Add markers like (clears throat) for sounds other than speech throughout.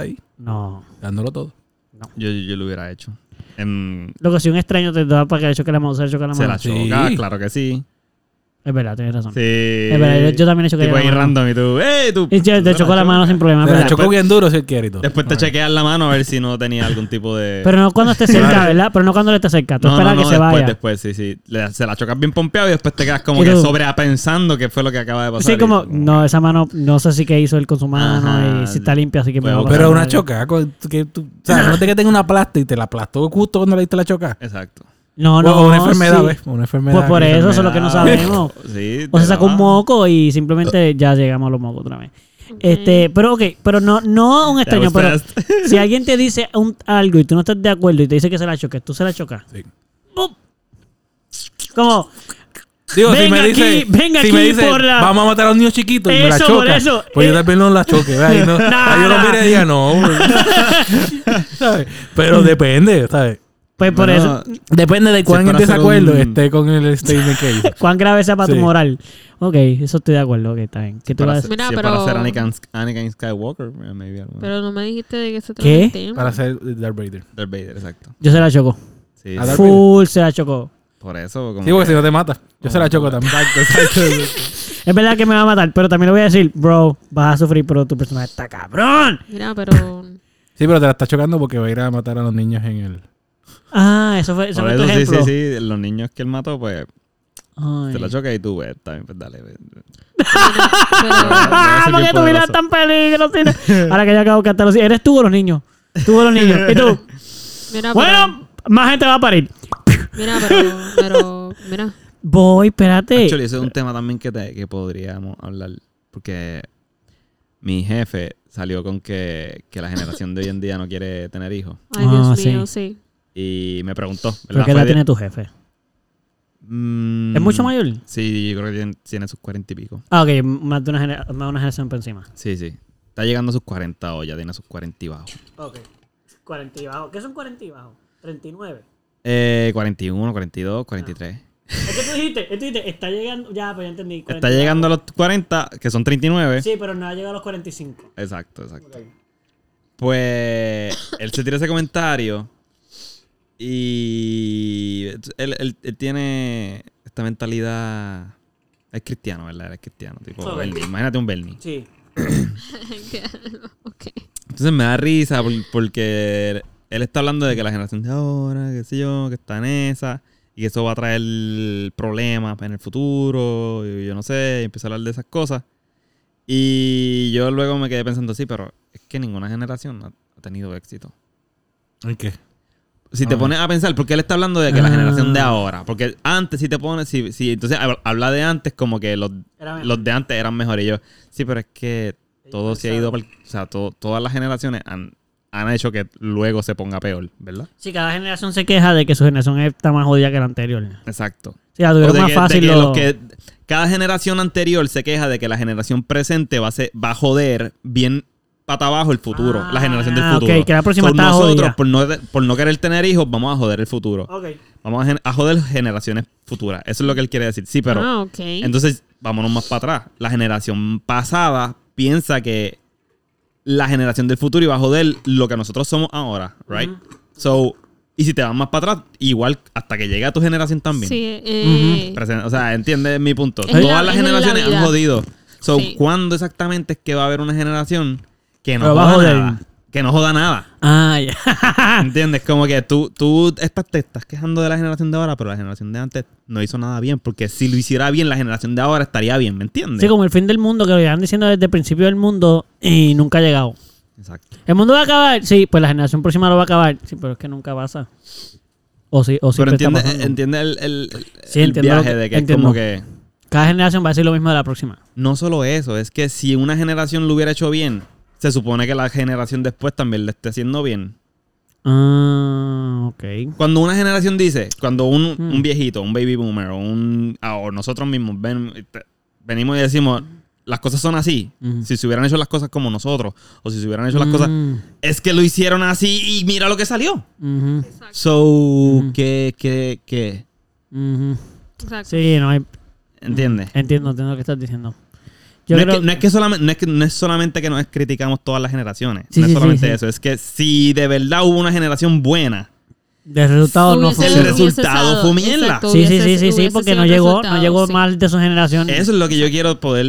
ahí, No. dándolo todo. Yo, yo, yo lo hubiera hecho. Em, Lo que si un extraño te da para que le choque la mano, se le choque la se mano. la Sí. choca, claro que sí. Es verdad, tienes razón. Sí. Es verdad, yo, yo también le choqué Tipo la ahí mano. random y tú, ¡eh! Tú, Y yo- tú te se chocó la mano sin problema, es Pero verdad. le chocó bien duro si él quiere y todo. Ah, Después te chequeas la mano a ver si no tenía algún tipo de. Pero no cuando esté cerca, ¿verdad? Pero no cuando le esté cerca. Tú no, esperas no, no, que se después, vaya. después, sí, sí. Le- se la chocas bien pompeado y después te quedas como Y que tú- sobrepensando qué fue lo que acaba de pasar. Sí, y como, tú no, esa mano, no sé si qué hizo él con su mano Ajá, y si está limpia, así que me pero- va a pasar Pero mal. una choca, con- que tú, o (laughs) sea, no te que tenga una plasta y te la aplastó justo cuando le diste la choca. Exacto. No, no, o una enfermedad, sí. ¿ves? Una enfermedad. Pues por eso, eso es lo que no Enfermedad. sabemos. (laughs) Sí, O te se sacó da. un moco y Ah. simplemente ya llegamos a los mocos otra vez. Este, pero ok, pero no, no un That extraño, was pero fast. si (laughs) alguien te dice un- algo y tú no estás de acuerdo y te dice que se la choques, tú se la chocas. Sí. ¡Bum! Como, Digo, si Venga me dice, aquí, venga si me aquí dice, por la- vamos a matar a un niño chiquito y me la Eso, choca. por eso. Pues yo Eh. también no la choque, ¿verdad? (laughs) Y no- Nah, ahí yo lo nah. mire y diga, no. (laughs) ¿Sabes? Pero depende, ¿sabes? pues por Bueno, eso, Depende de cuán para en hacer desacuerdo (laughs) un- esté con el statement que hizo. cuán grave sea para tu Sí. moral. Ok, eso estoy de acuerdo, ok, está bien. ¿Qué tú para vas a decir? ser- si Mira, es para pero- ser Anakin, Anakin Skywalker, maybe algo. Pero no me dijiste de qué se trata ¿Qué? el tema. Para ser Darth Vader. Darth Vader, exacto. Yo se la choco. Sí, A sí, Darth Vader. Full se la chocó. por eso. Como Sí, porque si no te mata. Yo se la choco también. (laughs) Exacto, exacto. Es verdad que me va a matar, pero también le voy a decir, bro, vas a sufrir, pero tu personaje está cabrón. Mira, pero. Sí, pero te la está chocando porque va a ir a matar a los niños en el... Ah, eso fue, eso por fue tu eso, sí, ejemplo. sí, sí. Los niños que él mató, pues Ay. se la choca y tú, pues, también, pues dale. pues. pero- Ah, Debe ¿Por qué ser bien tu vida poderoso. es tan (laughs) peligrosa? Ahora que ya acabo de cantar, ¿eres tú o los niños? Tú o los niños. ¿Y (laughs) tú? mira, pero. Bueno, más gente va a parir. Mira, pero. pero mira. Voy, espérate. Actually, ese es un tema también que, te- que podríamos hablar. Porque mi jefe salió con que, que la generación de hoy en día no quiere tener hijos. Ay, Ah, Dios sí. mío, sí. (laughs) Y me preguntó. ¿Pero ¿verdad? qué Fue edad de- tiene tu jefe? Mm, ¿Es mucho mayor? Sí, yo creo que tiene, tiene sus cuarenta y pico. Ah, ok, más de una, genera- más de una generación por encima. Sí, sí. Está llegando a sus 40 o ya tiene sus 40 y bajo. Ok. 40 y bajo. ¿Qué son 40 y bajo? 39. Eh, 41, 42, 43. Es que tú dijiste, tú dijiste, está llegando. Ya, pues ya entendí. Está llegando a los 40, que son 39. Sí, pero no ha llegado a los 45. Exacto, exacto. Pues él se tira ese comentario y él, él- él tiene esta mentalidad. Es cristiano, ¿verdad? Él es cristiano, tipo Ok. Bernie. Imagínate un Bernie. Sí. ok. Entonces me da risa por- porque él, él está hablando de que la generación de ahora, qué sé yo, que está en esa y que eso va a traer problemas en el futuro. Y yo no sé, y empieza a hablar de esas cosas. Y yo luego me quedé pensando, sí, pero es que ninguna generación ha- ha tenido éxito. ¿Y qué? Si te Ah. pones a pensar, porque él está hablando de que Ah. la generación de ahora. Porque antes, si te pones, si, si- entonces hab- habla de antes como que los, Era mejor. los de antes eran mejores. Y yo, sí, pero es que todo se ha ido, pa'l- o sea, to- todas las generaciones han, han hecho que luego se ponga peor, ¿verdad? Sí, cada generación se queja de que su generación está más jodida que la anterior. Exacto. Sí, la O tuvieron de más que- de fácil. que lo- los que- cada generación anterior se queja de que la generación presente va a, ser- va a joder bien pata abajo el futuro, Ah, la generación del ok, futuro. que la próxima So, está nosotros, jodida. por no, por no querer tener hijos, vamos a joder el futuro. Ok. Vamos a, gen- a joder generaciones futuras. Eso es lo que él quiere decir. Sí, pero ah, ok. entonces vámonos más para atrás. La generación pasada piensa que la generación del futuro iba a joder lo que nosotros somos ahora, right? So, y si te vas más para atrás, igual hasta que llegue a tu generación también. Sí, eh, Presen- O sea, entiendes mi punto. Es la- Todas las es la generaciones vida. han jodido. So, Sí. ¿cuándo exactamente es que va a haber una generación que no Pero va a joda joder. nada? Que no joda nada. (laughs) Ah, ya. (laughs) ¿Entiendes? Como que tú, tú estás, te estás quejando de la generación de ahora, pero la generación de antes no hizo nada bien, porque si lo hiciera bien, la generación de ahora estaría bien, ¿me entiendes? Sí, como el fin del mundo, que lo llevan diciendo desde el principio del mundo y nunca ha llegado. Exacto. ¿El mundo va a acabar? Sí, pues la generación próxima lo va a acabar. Sí, pero es que nunca pasa. O sí, o sí. pues, pero entiende, eh, entiende el, el- el- Sí, el entiendo lo viaje que- de que entiendo. es como que... Cada generación va a decir lo mismo de la próxima. No solo eso, es que si una generación lo hubiera hecho bien, se supone que la generación después también lo esté haciendo bien. Ah, ok. Cuando una generación dice, cuando un, Hmm. un viejito, un baby boomer, o, un, ah, o nosotros mismos ven- te- venimos y decimos, las cosas son así, Ujú. si se hubieran hecho las cosas como nosotros, o si se hubieran hecho las cosas Mm, es que lo hicieron así y mira lo que salió. ujú, So, Hmm. ¿qué, qué, qué? ujú. exacto. Sí, no, hay- ¿Entiendes? entiendo, entiendo lo que estás diciendo. Yo no, creo- es que, no, es que solamente, no, es que- no es solamente que nos criticamos todas las generaciones. Sí, no es sí, sí, solamente sí. eso. Es que si de verdad hubo una generación buena, El resultado no Hubiese- fue. El bueno. resultado hubiese estado- fue mierda. exacto, Sí, sí, hubiese- sí, sí, sí, hubiese porque sido no el llegó, no resultado, llegó sí. mal de su generación. eso es lo que yo quiero poder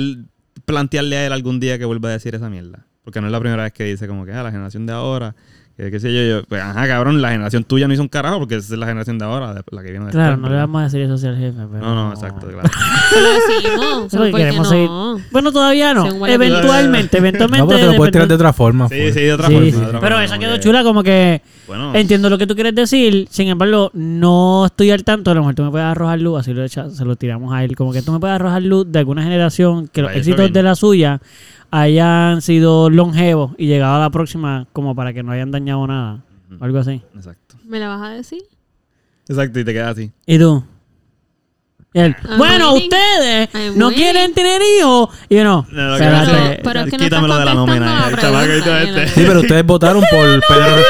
plantearle a él algún día que vuelva a decir esa mierda. Porque no es la primera vez que dice como que ah, la generación de ahora, que qué sé yo, yo, pues ajá, cabrón, la generación tuya no hizo un carajo porque esa es la generación de ahora, de- la que viene después. Claro, no le ¿verdad? vamos a decir eso al jefe. Pero... No, no, exacto, claro. Pero decimos, (laughs) o Sí, sea, porque ¿por qué queremos no? seguir- Bueno, todavía no. Según la- Eventualmente, (laughs) eventualmente. No, pero te lo puedes tirar de depende- otra forma. pues. sí, full. sí, de otra Sí, forma. sí, de sí. otra Pero forma, esa como quedó que, chula, como que Bueno, entiendo lo que tú quieres decir. Sin embargo, no estoy al tanto. A lo mejor tú me puedes arrojar luz, así lo echa- se lo tiramos a él. Como que tú me puedes arrojar luz de alguna generación que los Vaya, está éxitos bien. de la suya hayan sido longevos y llegado a la próxima como para que no hayan dañado nada. O algo así. exacto. ¿Me la vas a decir? Exacto, y te quedas así. ¿Y tú? Y él, I'm bueno, waiting. ustedes I'm no waiting." quieren tener hijos. Y uno, No, lo que Pero, espérate. hace- pero es que no Quítamelo estás de la contestando nómina, la el chamaco y todo pregunta, este. (laughs) Sí, pero (laughs) ustedes votaron por Pedro.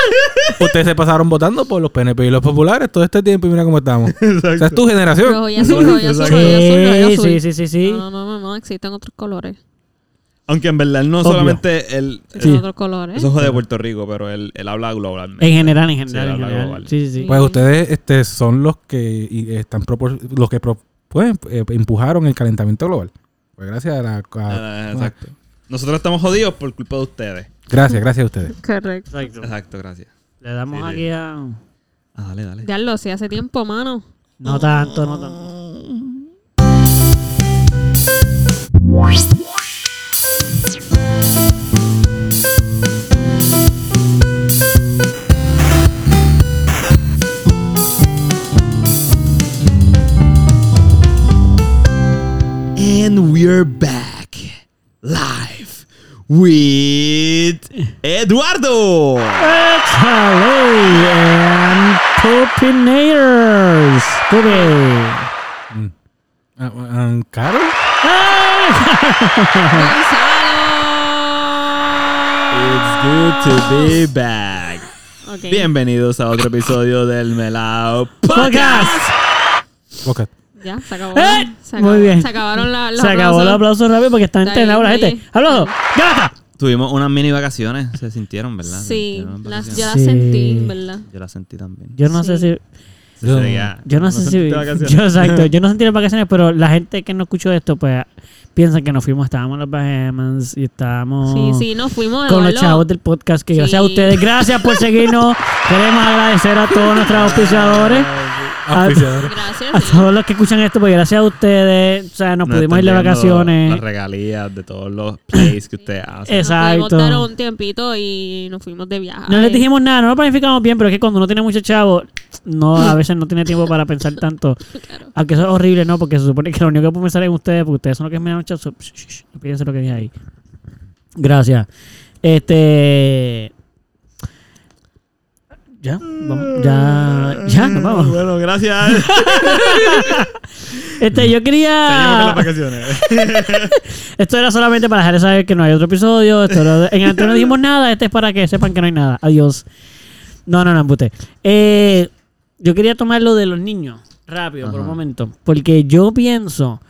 Ustedes se pasaron votando por los PNP y los populares todo este tiempo y mira cómo (laughs) estamos. O sea, es tu generación. Rojo y azul, rojo y azul, rojo y azul, rojo y Sí, azul. sí, sí, sí, sí. No, no, no, no, existen otros colores. Aunque en verdad no Obvio. solamente el, Existen otros colores. Eso es de Puerto Rico, pero él, él habla globalmente. En general, en Sí, general, en habla general. global. Sí, sí, sí. Pues ustedes este, son los que y, están propor- los que pro- pues, eh, empujaron el calentamiento global. Pues gracias a la. a- Ah, exacto. Nosotros estamos jodidos por culpa de ustedes. Gracias, gracias a ustedes. Correcto. Exacto. Exacto, gracias. Le damos Sí, sí. aquí a... Ah, dale, dale. Ya lo sé, hace tiempo, mano. No tanto, no tanto. And we're back live with Eduardo. Exhale and Pupinators. Pupi. Ah, ah, ¿Carol? ¡Gonzalo! It's good to be back. Ok. Bienvenidos a otro episodio del Melao Podcast. Ok. Ya, se acabó. ¡Eh! Se acabó. Muy bien. Se acabaron la, los Se acabó el aplausos. aplauso rápido porque están Está entrenados la bien, gente. está bien. ¡Aplauso! ¡Gata! Tuvimos unas mini vacaciones, se sintieron, ¿verdad? Se Sí, sintieron las, vacaciones. yo las Sí. sentí, en ¿verdad? Yo las sentí también. Yo no sé Sí. si... Yo- O sea, ya, Yo no, sé si... (laughs) sentiste vacaciones. Yo, (laughs) exacto. Yo no sentí las vacaciones, pero la gente que no escuchó esto, pues, piensan que nos fuimos. Estábamos en los Bahamas y estábamos... Sí, sí, nos fuimos de con los valor. chavos del podcast que gracias a Sí. ustedes gracias por (laughs) seguirnos queremos agradecer a todos nuestros auspiciadores Ah, a, Auspiciadores. a (laughs) Gracias. sí. todos los que escuchan esto pues gracias a ustedes o sea nos No pudimos ir de están viendo vacaciones Las regalías de todos los plays que usted hace. Es- Exacto. Nos pudimos dar un tiempito y nos fuimos de viaje. no les dijimos nada no lo planificamos bien pero es que cuando uno tiene muchos chavos no a veces no tiene tiempo para pensar tanto Claro. aunque eso es horrible no porque se supone que lo único que puedo pensar es en ustedes porque ustedes son los que me dan chavos so- shh, shh, shh, no piensen lo que dije ahí gracias este ya, vamos, ya, ya, nos vamos. Mm, (laughs) Bueno, (laughs) gracias. Este, yo quería. vacaciones. Esto era solamente para dejarles saber que no hay otro episodio. Esto era- En el anterior no (laughs) dijimos nada. Este es para que sepan que no hay nada. Adiós. No, no, no, embuste. Eh, yo quería tomar lo de los niños rápido por un Ajá. momento. Porque yo pienso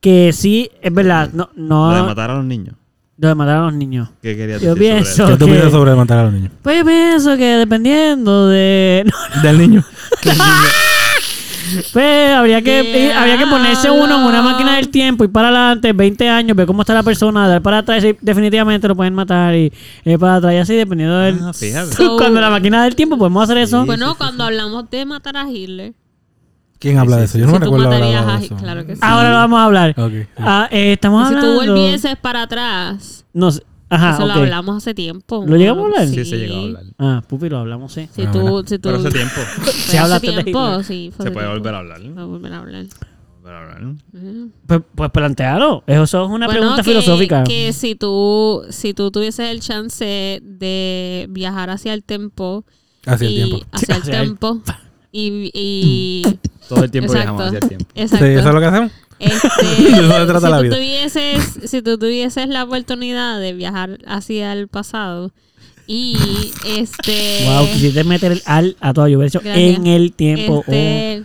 que sí, es verdad. No, no. Lo de matar a los niños. lo de matar a los niños. ¿Qué querías Yo decir sobre pienso- eso? ¿Qué tú Ok. piensas sobre matar a los niños? Pues yo pienso que dependiendo de. (laughs) Del niño. Pues habría que, Diablo. eh, habría que ponerse uno en una máquina del tiempo y para adelante, 20 años, ver cómo está la persona, dar para atrás y definitivamente lo pueden matar y ir para atrás y así, dependiendo del... Ah, fíjate. So- (laughs) Cuando la máquina del tiempo podemos hacer eso. Bueno, cuando hablamos de matar a Hitler, ¿Quién habla de eso? Yo no si me tú recuerdo hablar matarías a de eso. Hitler, claro que sí. Ahora lo vamos a hablar. Ok, sí. Ah, eh, estamos si tú hablando... volvieses para atrás, No sé. Ajá, eso Ah, ok. lo hablamos hace tiempo. ¿Lo llegamos a hablar? Sí, se llegó a hablar. Ah, pupi, lo hablamos, sí. Si Ah, tú, mira. si tú, Pero (laughs) hace tiempo. fue Se habla hace hasta de tiempo, Hitler. sí, fue Se hace puede tiempo. volver a hablar. ¿no? Se puede volver a hablar. Volver a hablar, ¿no? Ujú. Pues, pues plantealo. Eso es una Bueno, pregunta que- filosófica. Que si tú, si tú tuvieses el chance de viajar hacia el tiempo Hace el y tiempo. hacia el Hacia el- tiempo y, y- Todo el (laughs) tiempo exacto, viajamos hacia el tiempo. Sí, exacto. eso es lo que hacemos. Este, De (laughs) eso se trata si la tú vida. Tuvieses, si tú tuvieses la oportunidad de viajar hacia el pasado (laughs) y este Wow, quisiste meter el al a todo. Yo hubiera dicho Gracias. en el tiempo. oh. este,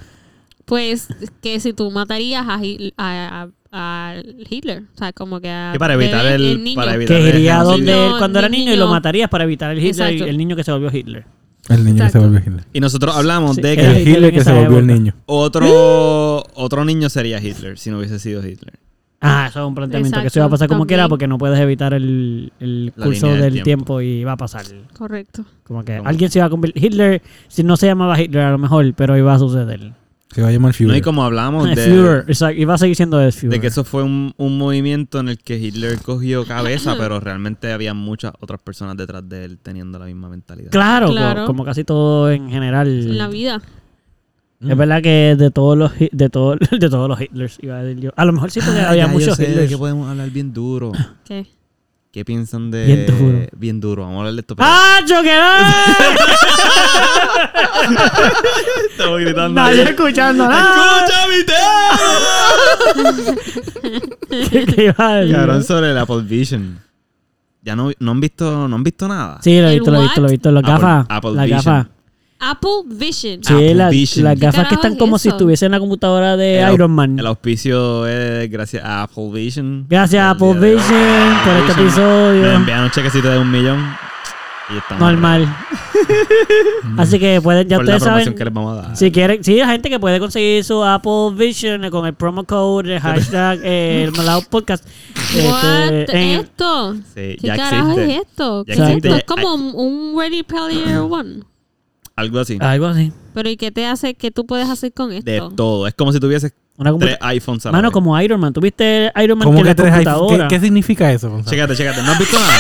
pues que si tú matarías a, Hit- a- a Hitler. O sea, como que a. Y para evitar debe- el- niño. para evitar- Que iría genocidio. donde él cuando era Ni- niño y lo niño. matarías para evitar el Hitler, Exacto. el niño que se volvió Hitler. El niño que se Exacto. volvió Hitler. Y nosotros hablamos Sí, Eh. de El Hitler que en Hitler que esa se volvió el época. niño. otro, otro niño sería Hitler si no hubiese sido Hitler. Ah, eso es un planteamiento que se Exacto, va a pasar como también. quiera porque no puedes evitar el, el La curso línea del del tiempo. tiempo. y va a pasar. Correcto. Como que Como- alguien se iba a convertir. Hitler, si no se llamaba Hitler a lo mejor, pero iba a suceder. Se va a llamar No, y Führer. como (laughs) hablamos Eh, de, Führer, exacto, iba a seguir siendo el Führer. de que eso fue un, un movimiento en el que Hitler cogió (clears throat) cabeza, pero realmente había muchas otras personas detrás de él teniendo la misma mentalidad. Claro, co- Claro. Como, casi todo en general. En la vida. Es verdad que de todos los hi- de todo, (laughs) de todos los Hitlers iba a decir yo. A lo mejor sí porque Ah, había ya yo muchos sé de Hitlers. que podemos hablar (clears throat) bien duro. ¿Qué? ¿Qué piensan de. Bien duro. Bien duro. Vamos a hablar de esto. pero- ¡Ah, choquera! (laughs) Estamos gritando. Nadie escuchando (laughs) nada. (laughs) ¡Escucha mi tema! ¿Qué, qué iba a decir? Cabrón, sobre la Apple Vision. Ya no, no han visto, no han visto nada. Sí, lo he ¿El visto, lo he visto, lo he visto. Las Apple- gafas. Apple Las Vision. gafas. Apple Vision. Sí, Apple la- Vision. las ¿Qué gafas que carajo están es como si eso? estuviese en la computadora de El au- Iron Man. El auspicio es gracias a Apple Vision. Gracias, El Apple día de hoy. Vision, por este Vision. Nos episodio. envían un chequecito de un millón. Y estamos. Normal. (laughs) Así que pueden, ya por la ustedes promoción saben. que les vamos a dar. Si quieren, sí, la gente que puede conseguir su Apple Vision eh, con el promo code, el hashtag, eh, (laughs) el malado podcast. What? este, en- ¿Esto? Sí, ¿Qué ya carajo existe. es esto? Ya ¿Qué es existe. esto? Es como un- un (clears throat) Ready Player One. Algo así. algo así. Pero ¿y qué te hace? ¿Qué tú puedes hacer con esto? De todo. Es como si tuvieses Una tres computadora. iPhones a la Mano, vez. como Iron Man. ¿Tuviste Iron Man ¿Cómo que que la tres iPhone? computadora? ¿Qué, ¿Qué significa eso, Gonzalo? Chécate, chécate. ¿No has visto (laughs) nada?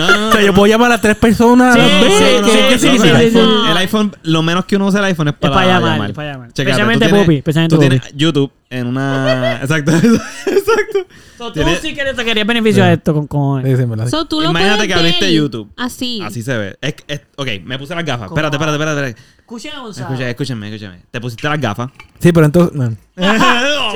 No, no, no. O sea, yo puedo llamar a tres personas. Sí, a las sí, veces. sí, ¿Qué- sí, ¿Qué sí, significa? sí, el, sí. iPhone, el iPhone, lo menos que uno usa el iPhone es para, para llamar, llamar. es para llamar. Chécate, Especialmente tú tienes- Pupi, especialmente Tú Pupi. tienes YouTube en (laughs) una... Exacto, (laughs) exacto. So, tú Tiene- sí que le sacarías beneficio a esto con, con Sí, sí, me la- So, tú lo Imagínate puedes que abriste ver YouTube. Así. Así se ve. Es- es- ok, me puse las gafas. ¿Cómo? Espérate, espérate, espérate. espérate. Escuchen a Gonzalo. Escucha, escúchame, escúchame. Te pusiste (laughs) las gafas. Sí, pero entonces. no. Sí, porque (laughs) la-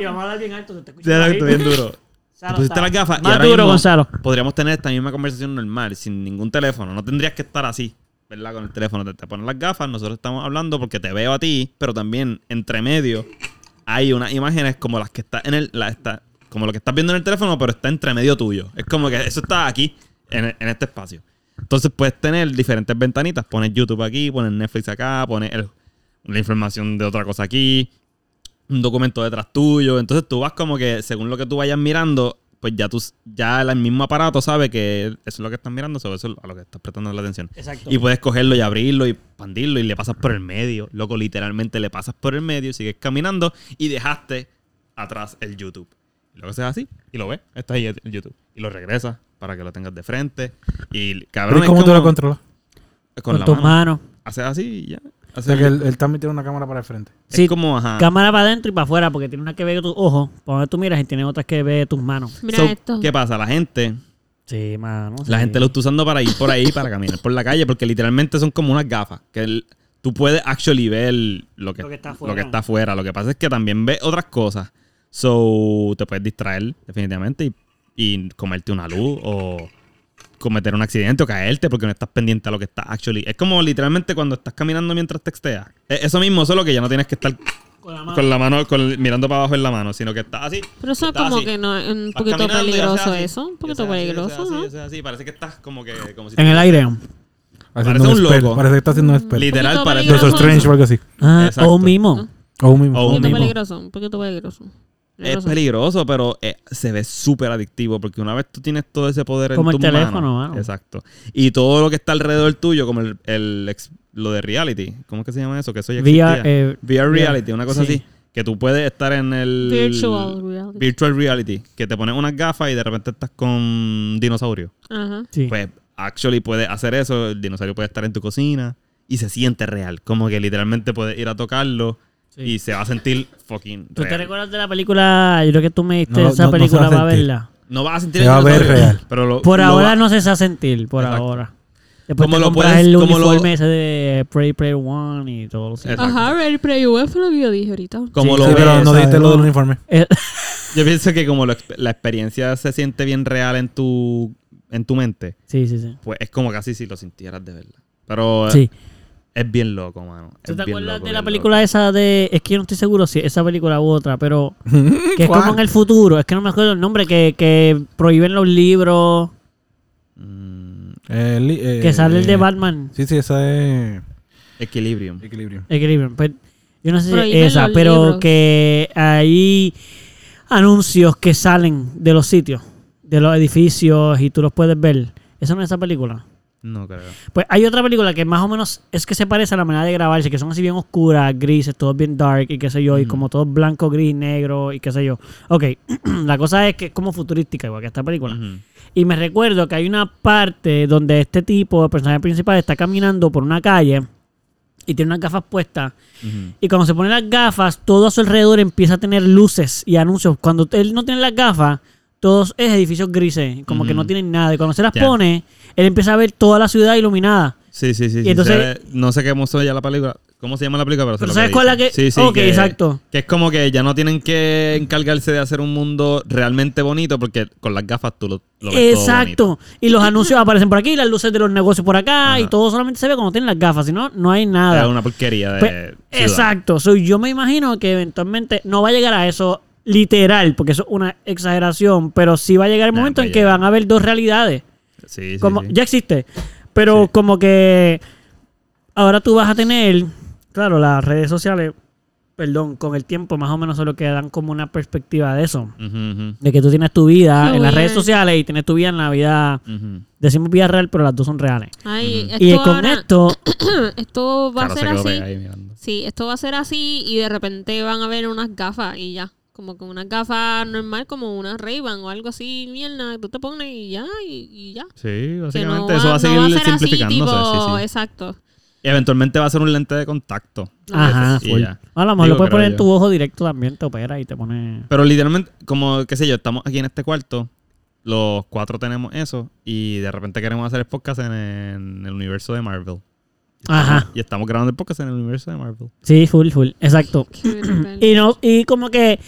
y vamos a hablar bien alto. se te escucha bajito. Exacto, bien duro. Te Salo, pusiste salo. las gafas. y Más ahora duro, mismo Gonzalo. Podríamos tener esta misma conversación normal, sin ningún teléfono. No tendrías que estar así, ¿verdad? Con el teléfono. Te, te pones las gafas, nosotros estamos hablando porque te veo a ti, pero también entre medio hay unas imágenes como las que está en el. La, está, como lo que estás viendo en el teléfono, pero está entre medio tuyo. Es como que eso está aquí, en, en este espacio. Entonces puedes tener diferentes ventanitas. Pones YouTube aquí, pones Netflix acá, pones el- la información de otra cosa aquí un documento detrás tuyo. Entonces tú vas como que, según lo que tú vayas mirando, pues ya tú, ya el mismo aparato sabe que eso es lo que estás mirando, sobre eso es a lo que estás prestando la atención. Exacto. Y puedes cogerlo y abrirlo y expandirlo y le pasas por el medio. Loco, literalmente le pasas por el medio, sigues caminando y dejaste atrás el YouTube. Y luego haces así y lo ves, está ahí el YouTube. Y lo regresas para que lo tengas de frente. Y Pero cabrón, ¿y es ¿Cómo tú como- lo controlas? con, con la tus mano. manos. Haces así y ya. O Haces- sea, que él, él también tiene una cámara para el frente. es Sí, como, ajá. Cámara para adentro y para afuera, porque tiene una que ve tus ojos, por donde tú miras, y tiene otras que ve tus manos. Mira So, esto. ¿Qué pasa? La gente Sí, mano. La sí. gente lo está usando para ir por ahí, para caminar por la calle, porque literalmente son como unas gafas. Que el- tú puedes actually ver lo que, Lo que está lo afuera. que está afuera. Lo que pasa es que también ves otras cosas. So, te puedes distraer, definitivamente, y, y comerte una luz o cometer un accidente o caerte porque no estás pendiente a lo que está actually. Es como literalmente cuando estás caminando mientras texteas. E- Eso mismo, solo que ya no tienes que estar Con la mano. con la mano, con el- mirando para abajo en la mano, sino que estás así. Pero eso es estás como así. que no, es un Vas poquito caminando y haces peligroso así. eso. Un Y poquito haces así, haces peligroso, así, ¿no? haces así. Parece que estás como que... Como si En el aire. Haciendo un un spell. loco. Parece que está haciendo un spell. Liter- Literal, poquito parece... peligroso Doctor Strange o algo así. Ah, Exacto. o un mimo. O un mimo. O un Un poquito mimo. peligroso. Un poquito peligroso. Es Peligroso. peligroso, pero eh, se ve súper adictivo porque una vez tú tienes todo ese poder Como en el tu teléfono, mano. Exacto. Y todo lo que está alrededor tuyo, como el, el ex- lo de reality. ¿Cómo es que se llama eso? Que eso ya VR, existía. eh, VR reality, una cosa sí. así. Que tú puedes estar en el... Virtual reality. Virtual reality. Que te pones unas gafas y de repente estás con dinosaurio. Ajá. Sí. Pues, actually puedes hacer eso. El dinosaurio puede estar en tu cocina y se siente real. Como que literalmente puedes ir a tocarlo Sí. y se va a sentir fucking ¿Tú te real. recuerdas de la película? Yo creo que tú me diste No, no, esa no se película va a para sentir. verla. No vas a sentir Se va a ver dinosaurio, real. Pero lo- Por lo ahora va- no se hace sentir, por Exacto. ahora. Después Como te lo compras puedes- el como lo- uniforme ese de Pray Pray One y todo lo Exacto. Ajá, Ready Player One fue lo que yo dije ahorita. Como Sí, lo Sí, pero ves, no ¿sabes? diste lo No. del uniforme. Eh, (laughs) Yo pienso que como lo exp- la experiencia se siente bien real en tu, en tu mente, Sí, sí, sí. pues es como casi si lo sintieras de verdad. Pero eh, Sí. Es bien loco, mano. ¿Tú Es te bien acuerdas loco, de bien la loco. película esa de... Es que yo no estoy seguro si esa película u otra, (laughs) pero... Que es como en el futuro. Es que no me acuerdo el nombre. Que, que prohíben los libros. Mm, Eh, li- eh, Que sale el de eh, Batman. Sí, sí, esa es Equilibrium. Equilibrio. Equilibrium. Pues, yo no sé si Prohíben esa, los pero libros. que hay anuncios que salen de los sitios, de los edificios y tú los puedes ver. Esa no es esa película. No creo. Pues hay otra película que más o menos es que se parece a la manera de grabarse, que son así bien oscuras, grises, todos bien dark y qué sé yo, y como todos blanco, gris, negro y qué sé yo. Ok, (clears throat) la cosa es que es como futurística igual que esta película. Ujú. Ah. Y me recuerdo que hay una parte donde este tipo, el personaje principal, está caminando por una calle y tiene unas gafas puestas. Ujú. Y cuando se pone las gafas, todo a su alrededor empieza a tener luces y anuncios. Cuando él no tiene las gafas, todos es edificios grises, como que Ujú. no tienen nada. Y cuando se las Ya. pone, él empieza a ver toda la ciudad iluminada. Sí, sí, sí. sí, entonces- se ve- no sé cómo se llama la película. ¿Cómo se llama la película? Pero, sé Pero lo ¿sabes que cuál dice. es la que- ok, exacto. Que es como que ya no tienen que encargarse de hacer un mundo realmente bonito porque con las gafas tú lo, lo ves todo bonito. Exacto. Y los anuncios aparecen por aquí, las luces de los negocios por acá, y Ajá. todo solamente se ve cuando tienen las gafas, si no, no hay nada. Es una porquería de. Pe- ciudad. exacto. So, yo me imagino que eventualmente no va a llegar a eso literal, porque eso es una exageración, pero sí va a llegar el Nah, momento va a en que llegar. van a haber dos realidades. Sí, sí, como sí. ya existe pero como que ahora tú vas a tener claro las redes sociales perdón con el tiempo más o menos solo que dan como una perspectiva de eso Ujú, ujú, de que tú tienes tu vida Qué en las redes weird. sociales y tienes tu vida en la vida ujú. decimos vida real pero las dos son reales Ay, y esto con ahora- (clears throat) esto (clears throat) esto va Claro, a se ser quedó así. pegada ahí mirando. Sí, esto va a ser así y de repente van a ver unas gafas y ya. Como con unas gafas normal, como una ray o algo así, mierda, que tú te pones y ya, y, y ya. Sí, Que no básicamente eso va a no seguir ser así, simplificándose. sí, tipo, (coughs) sí. Exacto. Y eventualmente va a ser un lente de contacto. ajá Y full. ya. a lo mejor Digo, lo puedes creo poner en yo. tu ojo directo también te opera y te pone Pero literalmente, como qué sé yo, estamos aquí en este cuarto, los cuatro tenemos eso, y de repente queremos hacer el podcast en, en el universo de Marvel. ajá Y estamos grabando el podcast en el universo de Marvel. sí full full exacto Qué brutal. y no y como que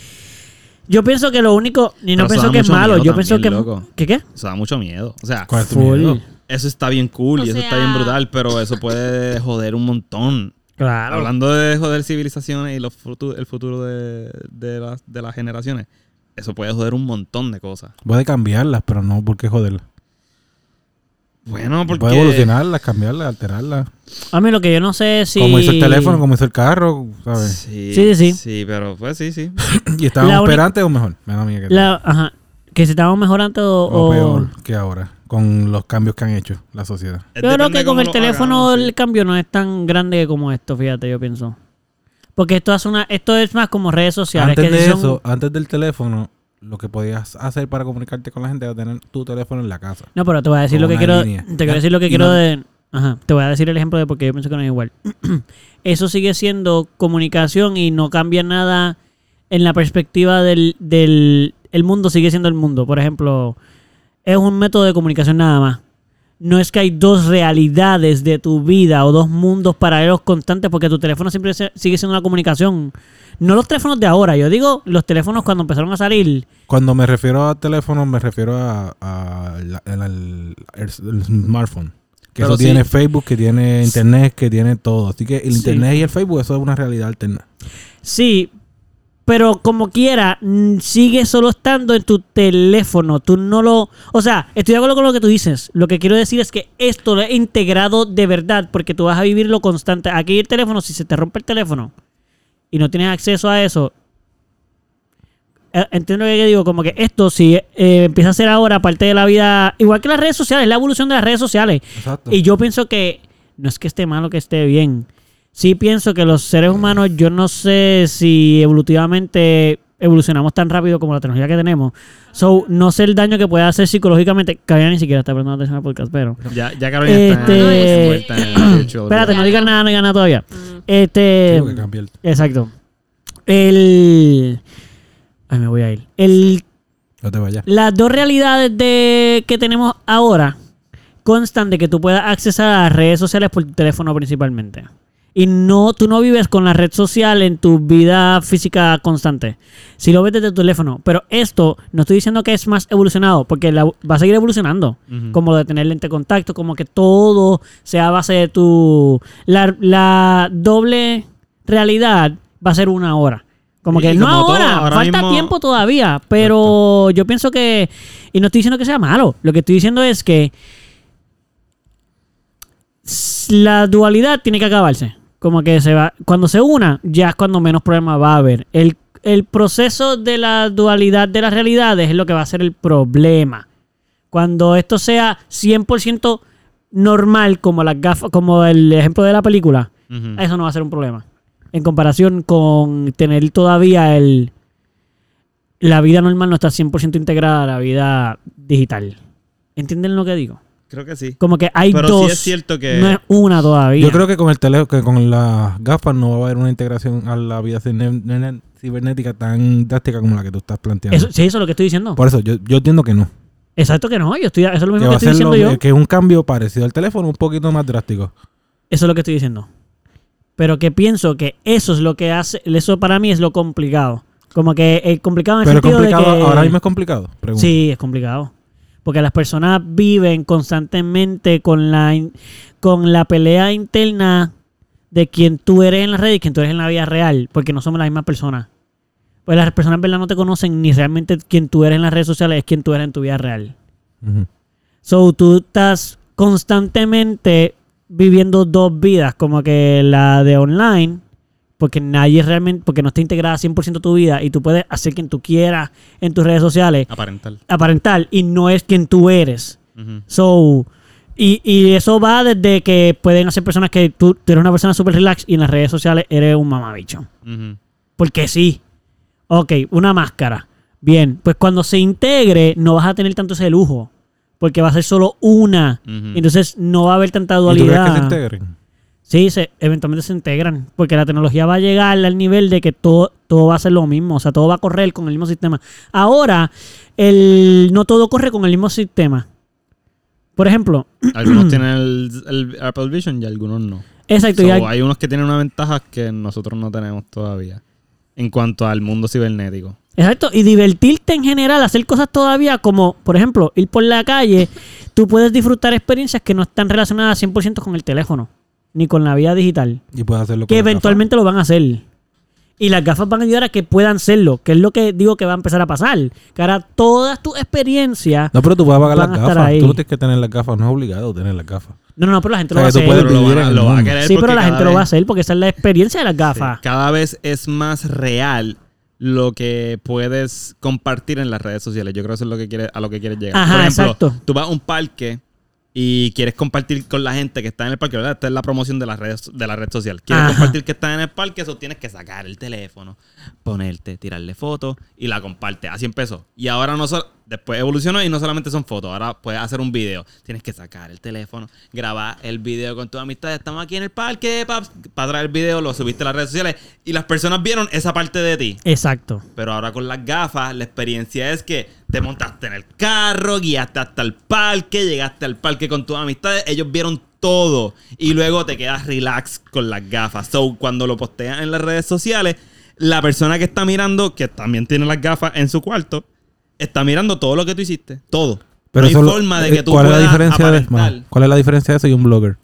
yo pienso que lo único y no Pero pienso eso da que es mucho malo miedo yo pienso que también, loco. ¿Qué qué Eso da mucho miedo. O sea, ¿Cuál es tu Full. miedo? eso está bien cool O y eso está sea- bien brutal, pero eso (laughs) puede joder un montón. claro Hablando de joder civilizaciones y los futu- el futuro de, de las, de las generaciones, eso puede joder un montón de cosas. Puede cambiarlas, pero no porque joderlas. Bueno, porque... Puede evolucionarlas, cambiarlas, alterarlas. A mí lo que yo no sé es si. Como hizo el teléfono, como hizo el carro, ¿sabes? Sí, Sí, sí. sí, sí. Sí, pero pues sí, sí. Y estaban La única- operantes o mejor. Menos mía que La- ajá. Que si estábamos mejor antes o. o o- peor que ahora, con los cambios que han hecho la sociedad. Yo creo Depende que con cómo el lo teléfono hagamos, sí. el cambio no es tan grande como esto, fíjate, yo pienso. Porque esto es una, esto es más como redes sociales. antes que de si son- eso, antes del teléfono, lo que podías hacer para comunicarte con la gente era tener tu teléfono en la casa. No, pero te voy a decir Con lo que una quiero. línea. Ah, Te quiero decir lo que Y quiero no- de. Ajá. Te voy a decir el ejemplo de porque yo pienso que no es igual. (clears throat) Eso sigue siendo comunicación y no cambia nada en la perspectiva del, del el mundo sigue siendo el mundo. Por ejemplo, es un método de comunicación nada más. No es que hay dos realidades de tu vida o dos mundos paralelos constantes porque tu teléfono siempre se- sigue siendo una comunicación. No los teléfonos de ahora, yo digo los teléfonos cuando empezaron a salir. Cuando me refiero a teléfono, me refiero a, a la- el, al- el smartphone. Que Pero eso sí. tiene Facebook, que tiene Internet, que tiene todo. Así que el Sí. Internet y el Facebook, eso es una realidad alterna. Sí, pero como quiera, mm, sigue solo estando en tu teléfono. Tú no lo. O sea, estoy de acuerdo con lo que tú dices. Lo que quiero decir es que esto lo he integrado de verdad, porque tú vas a vivirlo constante. Aquí el teléfono, si se te rompe el teléfono y no tienes acceso a eso. eh, Entiendo lo que yo digo, como que esto si eh, empieza a ser ahora parte de la vida, igual que las redes sociales, la evolución de las redes sociales. Exacto. Y yo pienso que no es que esté malo que esté bien. Sí pienso que los seres humanos, yo no sé si evolutivamente evolucionamos tan rápido como la tecnología que tenemos. So, no sé el daño que puede hacer psicológicamente. Cabía ni siquiera está prestando atención al podcast, pero. Ya, ya Carolina Este- está envuelta (coughs) en el virtual Espérate, no digas nada, no digas nada todavía. Mm. Este. Tengo que cambiar. Exacto. El. Ay, me voy a ir. El No te vayas. las dos realidades de, que tenemos ahora constan de que tú puedas accesar a las redes sociales por tu teléfono principalmente. y no, tú no vives con la red social en tu vida física constante. Si lo ves desde tu teléfono. Pero esto, no estoy diciendo que es más evolucionado, porque la- va a seguir evolucionando. Ujú. Como lo de tener lente de contacto, como que todo sea a base de tu. La, la doble realidad va a ser una hora. Como Y que no como todo, ahora, ahora falta mismo- tiempo todavía, pero yo pienso que, y no estoy diciendo que sea malo, lo que estoy diciendo es que s- la dualidad tiene que acabarse. Como que se va, cuando se una, ya es cuando menos problema va a haber. El, el proceso de la dualidad de las realidades es lo que va a ser el problema. Cuando esto sea 100% normal, como las gafas, como el ejemplo de la película, Ujú. eso no va a ser un problema. En comparación con tener todavía el... La vida normal no está 100% integrada a la vida digital. ¿Entienden lo que digo? Creo que sí. Como que hay Pero sí dos. es cierto que- No es una todavía. Yo creo que con el teléfono, que con las gafas no va a haber una integración a la vida cine- nene- cibernética tan drástica como la que tú estás planteando. Eso, sí, eso es lo que estoy diciendo. Por eso, yo, yo entiendo que no. Exacto que no. Yo estoy, eso es lo Que mismo va que a estoy ser lo- diciendo yo. que es un cambio parecido al teléfono, un poquito más drástico. Eso es lo que estoy diciendo. Pero que pienso que eso es lo que hace... Eso para mí es lo complicado. Como que es complicado en el Pero sentido de complicado, que- ahora mismo es complicado. pregunto. Sí, es complicado. Porque las personas viven constantemente con la, in- con la pelea interna de quién tú eres en la red y quién tú eres en la vida real, porque no somos la misma persona. Pues las personas en verdad no te conocen ni realmente quién tú eres en las redes sociales es quién tú eres en tu vida real. Ujú. So, tú estás constantemente viviendo dos vidas, como que la de online, porque nadie realmente, porque no está integrada 100% tu vida y tú puedes hacer quien tú quieras en tus redes sociales Aparental. aparentar y no es quien tú eres. Ujú. So, y, y eso va desde que pueden hacer personas que tú, tú eres una persona súper relax y en las redes sociales eres un mamabicho. Ujú. Porque sí. Ok, una máscara. Bien, pues cuando se integre no vas a tener tanto ese lujo. Porque va a ser solo una. Ujú. Entonces no va a haber tanta ¿Y tú crees que se dualidad. integren? Sí, se, eventualmente se integran, porque la tecnología va a llegar al nivel de que todo, todo va a ser lo mismo, o sea, todo va a correr con el mismo sistema. Ahora, el, no todo corre con el mismo sistema. Por ejemplo, (clears throat) Algunos tienen el, el Apple Vision y algunos no. exacto, So, ya- hay unos que tienen unas ventajas que nosotros no tenemos todavía. En cuanto al mundo cibernético. Exacto, y divertirte en general, hacer cosas todavía como, por ejemplo, ir por la calle, tú puedes disfrutar experiencias que no están relacionadas 100% con el teléfono, ni con la vida digital. Y puedes hacerlo con que las gafas. eventualmente lo van a hacer. Y las gafas van a ayudar a que puedan serlo, que es lo que digo que va a empezar a pasar. Que ahora todas tus experiencias. No, pero tú puedes pagar Van las a estar gafas. ahí. Tú no tienes que tener las gafas. No es obligado tener las gafas. No, no, no, pero la gente O lo va a sea, que tú hacer. puedes Pero lo, van vivir a, en lo el van a mundo. querer Sí, pero porque la cada gente lo va a vez- hacer porque esa es la experiencia de las sí, gafas. cada vez es más real lo que puedes compartir en las redes sociales. Yo creo que eso es lo que quiere, a lo que quieres llegar. Ajá, Por ejemplo, exacto. tú vas a un parque y quieres compartir con la gente que está en el parque, ¿verdad? Esta es la promoción de las redes de la red social. Quieres Ajá. compartir que están en el parque, eso tienes que sacar el teléfono, ponerte, tirarle fotos y la compartes a 100 pesos. Y ahora no solo después evolucionó y no solamente son fotos, ahora puedes hacer un video. Tienes que sacar el teléfono, grabar el video con tus amistades, estamos aquí en el parque, paps, para traer el video, lo subiste a las redes sociales y las personas vieron esa parte de ti. Exacto. Pero ahora con las gafas, la experiencia es que te montaste en el carro, guiaste hasta el parque, llegaste al parque con tus amistades, ellos vieron todo y luego te quedas relax con las gafas. So, cuando lo postean en las redes sociales, la persona que está mirando, que también tiene las gafas en su cuarto, está mirando todo lo que tú hiciste, todo. Pero no hay eso lo- forma de eh, que tú ¿cuál es la puedas diferencia de, aparentar. mano, ¿Cuál es la diferencia de eso y un blogger?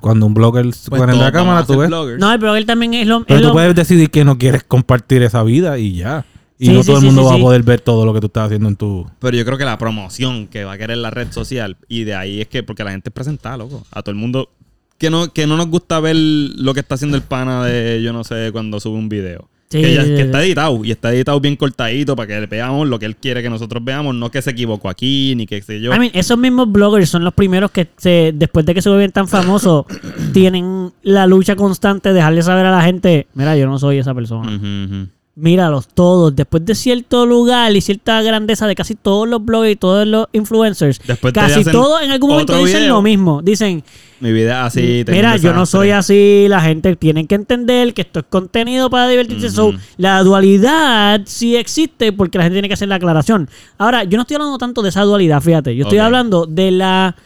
Cuando un blogger Pues pone todos la vamos a cámara, ser tú ves. bloggers. No, pero él también es lo. es Pero tú lo- puedes decidir que no quieres compartir esa vida y ya. Y Sí, no sí, todo el sí, mundo sí, va sí. a poder ver todo lo que tú estás haciendo en tu. Pero yo creo que la promoción que va a querer la red social, y de ahí es que, porque la gente es presentada, loco, a todo el mundo, que no, que no nos gusta ver lo que está haciendo el pana de, yo no sé, cuando sube un video. Sí, que, ya- sí, que sí. está editado, y está editado bien cortadito para que le veamos lo que él quiere que nosotros veamos, no que se equivocó aquí, ni que sé yo. I mean, esos mismos bloggers son los primeros que se, después de que se vuelven tan famosos, (coughs) tienen la lucha constante de dejarle saber a la gente, mira, yo no soy esa persona. Ujú, ujú. Míralos todos, después de cierto lugar y cierta grandeza de casi todos los bloggers y todos los influencers, Después te casi hacen todos en algún momento otro dicen video. lo mismo. Dicen, Mi vida es así. tengo mira, un yo no desastre. soy así, la gente tiene que entender que esto es contenido para divertirse. Ujú. So, la dualidad sí existe porque la gente tiene que hacer la aclaración. Ahora, yo no estoy hablando tanto de esa dualidad, fíjate, yo estoy Ok. hablando de la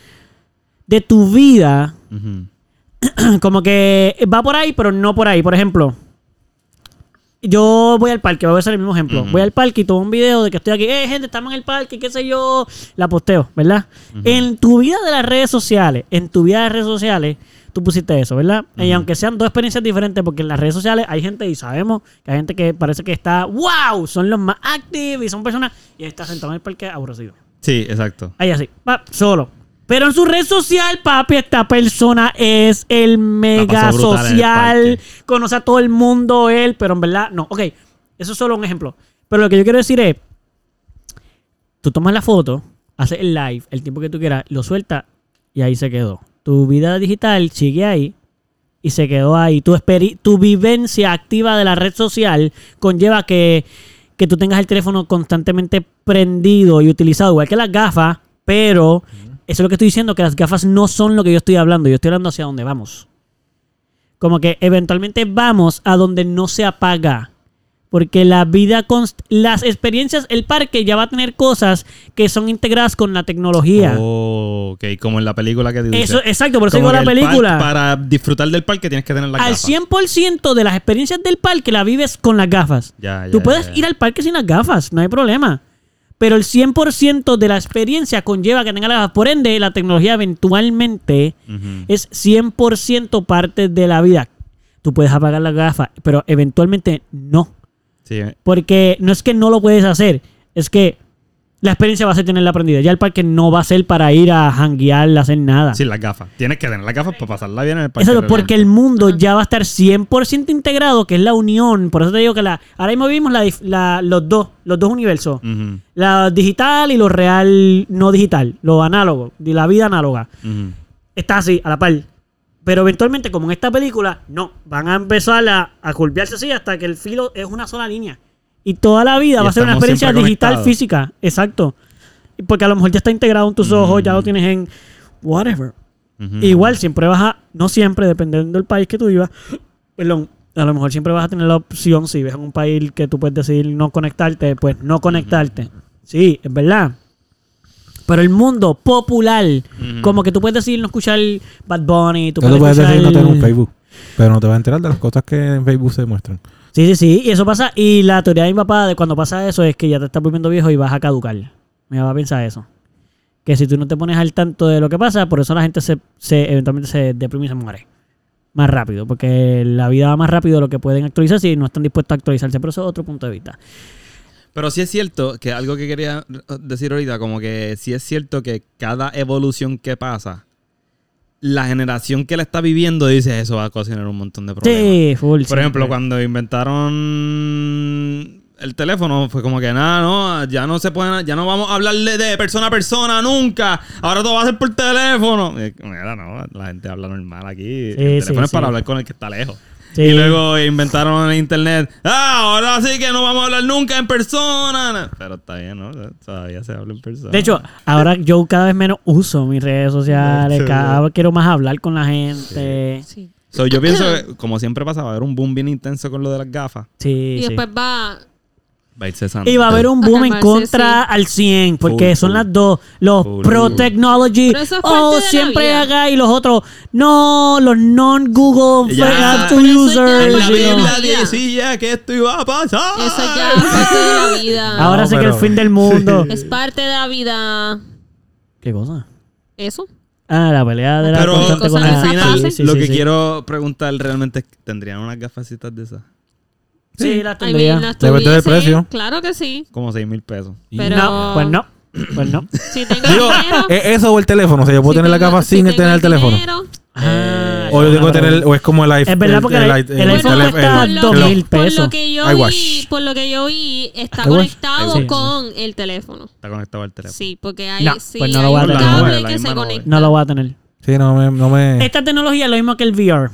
de tu vida Ujú. (clears throat) como que va por ahí, pero no por ahí. Por ejemplo, yo voy al parque, voy a hacer el mismo ejemplo. Voy al parque y tomo un video de que estoy aquí, eh, gente, estamos en el parque, qué sé yo, la posteo, ¿verdad? En tu vida de las redes sociales, en tu vida de las redes sociales, tú pusiste eso, ¿verdad? Y aunque sean dos experiencias diferentes, porque en las redes sociales hay gente, y sabemos que hay gente que parece que está, wow, son los más activos y son personas, y está sentado en el parque aburrido. Sí, exacto. Ahí así, pa, solo. Pero en su red social, papi, esta persona es el mega pasó brutal en el social. parque. conoce a todo el mundo, él, pero en verdad, no. Ok, eso es solo un ejemplo. Pero lo que yo quiero decir es, tú tomas la foto, haces el live, el tiempo que tú quieras, lo sueltas y ahí se quedó. Tu vida digital sigue ahí y se quedó ahí. Tu, experi- tu vivencia activa de la red social conlleva que, que tú tengas el teléfono constantemente prendido y utilizado, igual que las gafas, pero eso es lo que estoy diciendo, que las gafas no son lo que yo estoy hablando, yo estoy hablando hacia dónde vamos. Como que eventualmente vamos a donde no se apaga. Porque la vida, const- las experiencias, el parque ya va a tener cosas que son integradas con la tecnología. Oh, ok, como en la película que tú dices. Eso, exacto, por eso Como digo la que el película. parque- Para disfrutar del parque tienes que tener las al gafas. 100% de las experiencias del parque la vives con las gafas. Ya, ya, Tú puedes ya, ya. ir al parque sin las gafas, no hay problema. Pero el 100% de la experiencia conlleva que tengas las gafas. Por ende, la tecnología eventualmente Ujú. es 100% parte de la vida. Tú puedes apagar las gafas, pero eventualmente no. Sí, eh. Porque no es que no lo puedes hacer, es que la experiencia va a ser tenerla aprendida. Ya el parque no va a ser para ir a janguear, a hacer nada. Sí, las gafas. Tienes que tener las gafas para pasarla bien en el parque. Exacto, porque el mundo ya va a estar 100% integrado, que es la unión. Por eso te digo que la, ahora mismo vivimos la dif- la- los dos, los dos universos. Ujú, La digital y lo real no digital, lo análogo, de la vida análoga. ujú. Está así, a la par. Pero eventualmente, como en esta película, no, van a empezar a, a curvearse así hasta que el filo es una sola línea. Y toda la vida Y va a ser una estamos experiencia siempre digital conectados. física, exacto. Porque a lo mejor ya está integrado en Mm. tus ojos, ya lo tienes en whatever. Ujú. Igual siempre vas a, no siempre, dependiendo del país que tú vivas, (gasps) perdón, a lo mejor siempre vas a tener la opción, si ves en un país que tú puedes decidir no conectarte, pues no conectarte. Sí, es verdad. Pero el mundo popular, como que tú puedes decidir no escuchar Bad Bunny, tú Tú puedes, puedes decir no escuchar- tener un Facebook, pero no te vas a enterar de las cosas que en Facebook se muestran. Sí, sí, sí, y eso pasa. Y la teoría de mi papá de cuando pasa eso es que ya te estás volviendo viejo y vas a caducar. Mi papá piensa eso. Que si tú no te pones al tanto de lo que pasa, por eso la gente se, se- eventualmente se deprime y se muere. Más rápido, porque la vida va más rápido de lo que pueden actualizarse y no están dispuestos a actualizarse. Pero eso es otro punto de vista. Pero sí es cierto que algo que quería decir ahorita, como que sí es cierto que cada evolución que pasa, la generación que la está viviendo dice eso va a cocinar un montón de problemas. Sí, full. Por ejemplo, siempre. cuando inventaron el teléfono, fue como que nada, no, ya no se pueden, ya no vamos a hablarle de persona a persona nunca. Ahora todo va a ser por teléfono. Eh, Mira, no, la gente habla normal aquí. Sí, el sí, teléfono es sí. para hablar con el que está lejos. Sí. Y luego inventaron el internet. Ah, ahora sí que no vamos a hablar nunca en persona. Pero está bien, ¿no? Todavía se habla en persona. De hecho, ahora yo cada vez menos uso mis redes sociales, (laughs) Sí. cada vez quiero más hablar con la gente. Sí, Sí. So, yo pienso que, como siempre pasa, va a haber un boom bien intenso con lo de las gafas. Y sí. después va. Va a ir cesando. Y va a haber un boom A en calmarse, contra al 100, porque Full, son full. las dos. Los Full. pro technology, Pero eso es parte oh, de la siempre vida. haga, y los otros, no, los non Google Ya. app Pero eso ya users. es En la Sí, you know. no. Biblia decía que esto iba a pasar. Eso (coughs) ya es parte de la vida. Ahora No, sé que el pero- fin del (laughs) mundo. Es parte de la vida. ¿Qué cosa? Eso. Ah, la pelea de la Pero constante con cosas la- Ah, al que final, pasan. sí, sí, lo sí, que sí. quiero preguntar realmente es: ¿tendrían unas gafacitas de esas? Sí, la Ay, tendría. bien, las Depende del tuviese, precio. Claro que sí. Como 6 mil pesos. Pero No, pues no. eh, Pues no. si tengo Digo, dinero. ¿e- eso o el teléfono. O sea, yo puedo si tener la tengo- capa si sin tengo tener el teléfono. dinero, Eh, Ah, O yo tengo que pero- tener, el- o es como el iPhone. Es verdad, porque el- el eh, iPhone tele- cuesta el- dos el- mil. Por pesos. lo que yo vi, iWatch. por lo que yo vi, está iWatch. conectado iWatch. con el teléfono. Está conectado al teléfono. Sí, porque hay, No, sí, pues no lo hay voy a un tener. cable La misma que no voy. se conecta. No lo voy a tener. Sí, no me... No Eh. me Esta tecnología es lo mismo que el VR.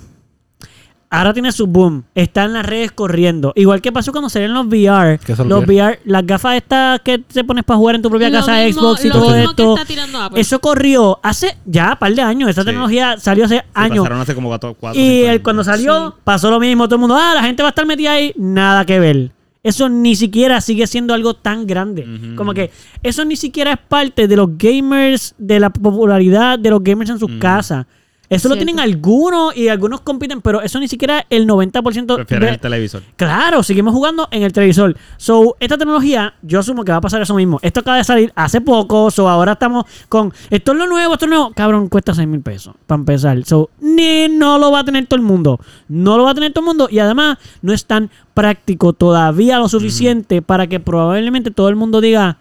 Ahora tiene su boom. Está en las redes corriendo. Igual que pasó cuando salieron los VR. ¿Qué son los Los VR, las gafas estas que te pones para jugar en tu propia Lo casa, mismo- Xbox y lo todo mismo que esto. está tirando Apple. Eso corrió hace ya un par de años. Esa Sí. tecnología salió hace Se años. Pasaron hace como 4 cuatro Y cinco el- años. cuando salió, pasó lo mismo. Todo el mundo, ah, la gente va a estar metida ahí. Nada que ver. Eso ni siquiera sigue siendo algo tan grande. Ujú. Como que eso ni siquiera es parte de los gamers, de la popularidad de los gamers en sus casas. Eso lo Cierto. tienen algunos y algunos compiten, pero eso ni siquiera el 90% Prefieren de- el televisor. Claro, seguimos jugando en el televisor. So, esta tecnología, yo asumo que va a pasar eso mismo. Esto acaba de salir hace poco, so ahora estamos con esto es lo nuevo, esto es lo nuevo. Cabrón, cuesta 6 mil pesos para empezar. So, ni no lo va a tener todo el mundo. No lo va a tener todo el mundo. Y además, no es tan práctico todavía lo suficiente para que probablemente todo el mundo diga.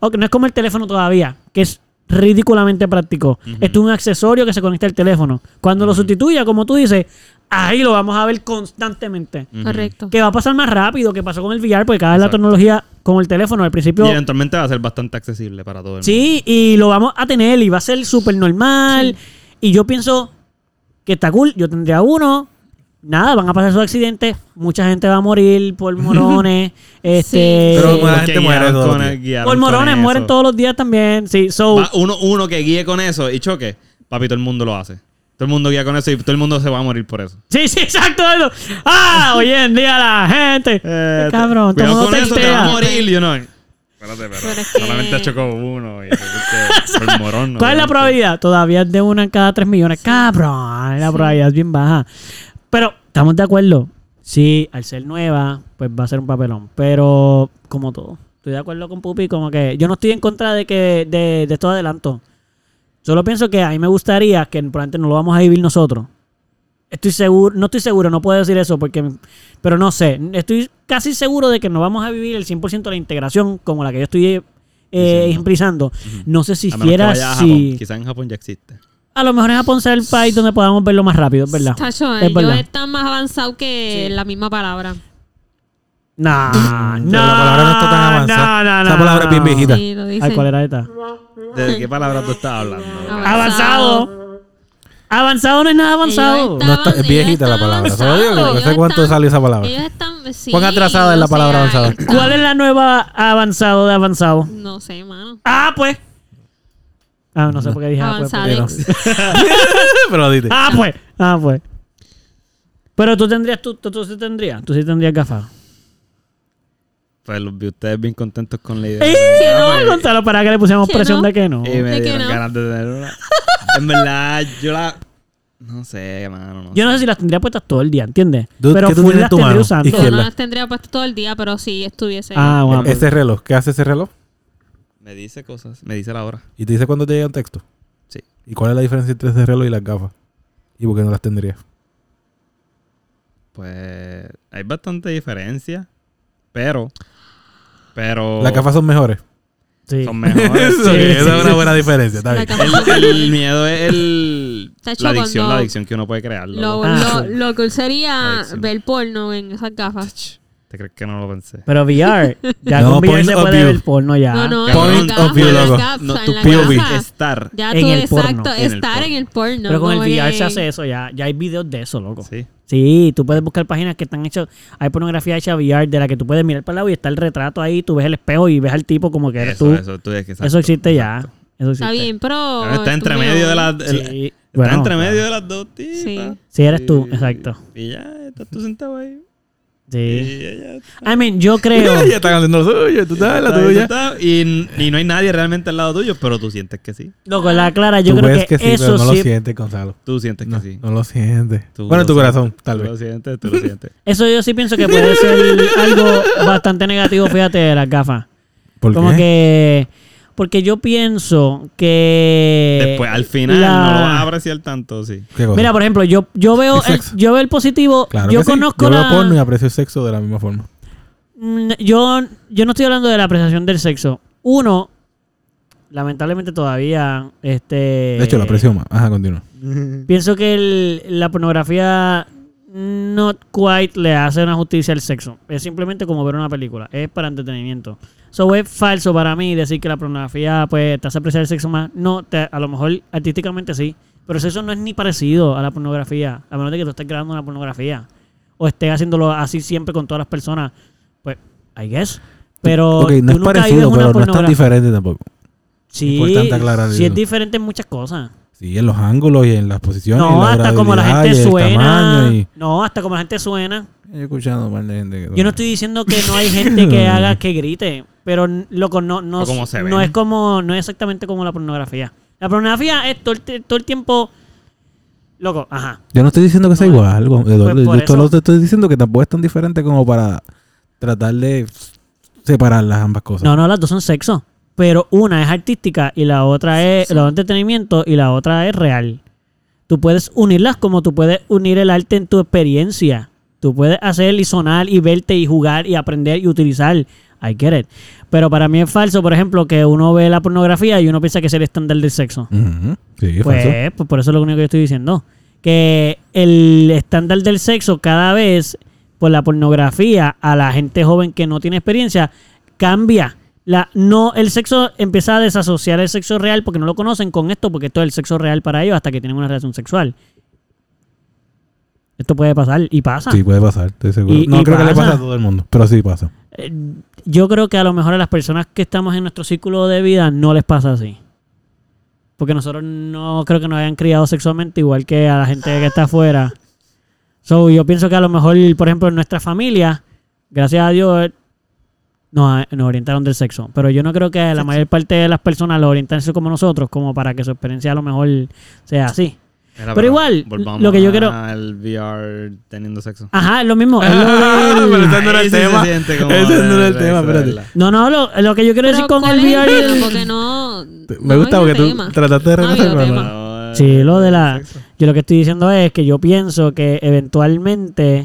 Ok, no es como el teléfono todavía, que es ridículamente práctico. Esto es un accesorio que se conecta al teléfono. Cuando lo sustituya, como tú dices, ahí lo vamos a ver constantemente. Ujú. Correcto. Que va a pasar más rápido que pasó con el VR, porque cada vez la Exacto. tecnología con el teléfono al principio. Y eventualmente va a ser bastante accesible para todo el mundo. Sí, y lo vamos a tener y va a ser súper normal. Y yo pienso que está cool. Yo tendría uno. Nada, van a pasar sus accidentes. Mucha gente va a morir (laughs) por morones. este, Pero Los la que gente muere guiaron todos con- los días. guiaron por con morones eso. mueren todos los días también. Sí, so. Va uno, uno que guíe con eso y choque, papi, todo el mundo lo hace. Todo el mundo guía con eso y todo el mundo se va a morir por eso. Sí, sí, (laughs) exacto. eso. Ah, hoy en día la gente. Eh, cabrón, todo el cuidado mundo con eso, te textea. va a morir, you know. Espérate, Pero espérate. es que- Solamente chocó uno. Y resulta que (laughs) por morón, no ¿Cuál es la obviamente. probabilidad? Todavía es de una en cada tres millones. Cabrón, la probabilidad es bien baja. Pero, ¿estamos de acuerdo? Sí, al ser nueva, pues va a ser un papelón. Pero, como todo. Estoy de acuerdo con Pupi, como que yo no estoy en contra de que de, de todo adelanto. Solo pienso que a mí me gustaría que probablemente no lo vamos a vivir nosotros. Estoy seguro, no estoy seguro, no puedo decir eso porque pero no sé, estoy casi seguro de que no vamos a vivir el 100% de la integración como la que yo estoy eh, Diciendo. ejemplizando. No sé si A menos que hiciera vaya a si... Japón. Quizás en Japón ya existe. A lo mejor en Japón sea el país donde podamos verlo más rápido, es verdad. Chacho, Es el yo verdad. está más avanzado que la misma palabra. (laughs) Nah, Mm, no, pero la palabra no está tan avanzada. No, no, Esa no, palabra es bien no. viejita. Sí, lo Ay, dicen. ¿cuál era esta? (laughs) ¿De qué palabra tú estás hablando? Avanzado. Avanzado no es nada avanzado. Ellos No está- estaban- es viejita ellos la palabra. estaban Solo digo que no avanzados, sé cuánto ellos sale esa palabra. (laughs) Ellos están. Sí, Ponga atrasada en la o palabra sea, avanzada. está- ¿Cuál es la nueva avanzado de avanzado? No sé, mano. Ah, pues. Ah, no sé por qué dije ah, pues. Avanzada. Pero- Pero lo diste. Ah, pues. Ah, pues. Pero tú tendrías, tú, tú, tú sí tendrías, tú sí tendrías gafas. Pues los vi ustedes bien contentos con la idea. ¡Eh! de- Ah, No, pues, Gonzalo, para que le pusiéramos Que presión no. de que no. Eh, Y me Es que dieron no. ganas de tener una. (laughs) En verdad, yo la. No sé, mano. No Yo no sé si las tendría puestas todo el día, ¿entiendes? Dude, Pero ¿qué tú full tienes en las tu tendría mano? usando. Yo no Izquierda. las tendría puesto todo el día, pero sí estuviese. Ah, bueno. Ese reloj, ¿qué hace ese reloj? Me dice cosas. Me dice la hora. Y te dice cuándo te llega un texto. Sí. ¿Y cuál es la diferencia entre ese reloj y las gafas? ¿Y por qué no las tendrías? Pues. Hay bastante diferencia. Pero. Pero. Las gafas son (laughs) mejores. pues, Sí. (laughs) son mejores. Eso, (laughs) sí, esa sí, es sí. una buena diferencia. Está La bien. cama- El, el miedo es el. Tacho, La adicción, cuando- la adicción que uno puede crear. Lo, loco. Ah. lo, lo cool sería Adicción. ver porno en esas gafas. ¿Te crees que no lo pensé? Pero VR, ya No, con VR point se of puede view. ver porno ya. No, no, Point en las of gafas, view, en las loco. gafas, No, en tu las POV. gafas. Estar. Ya En tú, el porno. exacto, En el estar porno. en el porno. Pero con el como VR que- se hace eso ya. Ya hay videos de eso, loco. Sí. Sí. tú puedes buscar páginas que están hechas. Hay pornografía hecha VR de la que tú puedes mirar para el lado y está el retrato ahí. Tú ves el espejo y ves al tipo como que eres Eso, tú. Eso, eso, tú es que existe ya. Eso existe. Está bien, pero. Pero está entre tú medio no. de las. el- Sí, Está bueno, entre medio de las dos tipas. Sí. Sí, eres tú, exacto. Y ya, estás tú sentado ahí. Sí. Y ella está- I mean, yo creo. (laughs) Ya están haciendo lo suyo, tú sabes Ah, la está ahí tuya. sentado Y, y no hay nadie realmente al lado tuyo, pero tú sientes que sí. Loco, la clara, yo tú creo ves que, sí, eso pero no sí. lo sientes, Gonzalo. Tú sientes No, que sí. no lo sientes. Tú bueno, lo en tu sientes. corazón, tal tú vez. lo (laughs) sientes, tú lo sientes. Eso yo sí pienso que puede ser algo bastante negativo, fíjate, de las gafas. ¿Por Como qué? que. Porque yo pienso que. Después, al final, Eh, la- no lo vas a apreciar tanto, sí. ¿Qué cosa? Mira, por ejemplo, yo, yo veo El el, sexo. yo veo el positivo. Claro yo que sí. conozco Yo la. veo porno y aprecio el sexo de la misma forma. Mm, yo, yo no estoy hablando de la apreciación del sexo. Uno, lamentablemente todavía. Este. De hecho, lo aprecio más. Ajá, continúa. Pienso que el- la pornografía not quite le hace una justicia al sexo. Es simplemente como ver una película. Es para entretenimiento. So es falso para mí decir que la pornografía pues te hace apreciar el sexo más. No, te- a lo mejor artísticamente sí. Pero el sexo no es ni parecido a la pornografía. A menos de que tú estés grabando una pornografía. O estés haciéndolo así siempre con todas las personas. Pues, I guess. Pero ok, no tú es nunca vives parecido, una pero no es tan pornografía. diferente tampoco. Sí, Importante aclarar eso. sí es diferente en muchas cosas. Sí, en los ángulos y en las posiciones. y No, la hasta como la gravedad y gente el suena. tamaño y- No, hasta como la gente suena. Yo he escuchado mal de gente que- Yo no estoy diciendo que no hay (laughs) gente que haga que grite, pero n- loco, no, no, O como se no ven. es como, no es exactamente como la pornografía. La pornografía es todo el, t- todo el tiempo Loco, ajá. Yo no estoy diciendo que sea No, igual, Eduardo. pues por yo solo eso- te estoy diciendo que tampoco es tan diferente como para tratar de separar las ambas cosas. No, no, las dos son sexo. Pero una es artística y la otra es la otra es entretenimiento y la otra es real. Tú puedes unirlas como tú puedes unir el arte en tu experiencia. Tú puedes hacer y sonar y verte y jugar y aprender y utilizar. I get it. Pero para mí es falso, por ejemplo, que uno ve la pornografía y uno piensa que es el estándar del sexo. Ujú. Sí, es falso. Pues, pues por eso es lo único que yo estoy diciendo. Que el estándar del sexo cada vez por la pornografía a la gente joven que no tiene experiencia cambia. La, no, el sexo empieza a desasociar el sexo real porque no lo conocen con esto, porque esto es el sexo real para ellos hasta que tienen una relación sexual. Esto puede pasar y pasa. Sí, puede pasar, estoy seguro. ah. Y- no y creo que le pasa. pasa a todo el mundo, pero sí pasa. Eh, Yo creo que a lo mejor a las personas que estamos en nuestro círculo de vida no les pasa así. Porque nosotros no creo que nos hayan criado sexualmente igual que a la gente que está afuera. So, yo pienso que a lo mejor, por ejemplo, en nuestra familia, gracias a Dios, eh, nos, nos orientaron del sexo. Pero yo no creo que la mayor parte de las personas lo orientan así como nosotros, como para que su experiencia a lo mejor sea así. Mira, igual, volvamos lo que yo quiero- Al VR teniendo sexo. Ajá, es lo mismo. es lo del- Pero ese no era el tema. Ese no era el tema, espérate. No, no, lo, lo que yo quiero decir con Pero ¿cuál el es VR... y el- tema? Porque no. Me gusta porque tú trataste de No ha habido regresar con tema. la- Sí, lo de la... Yo lo que estoy diciendo es que yo pienso que eventualmente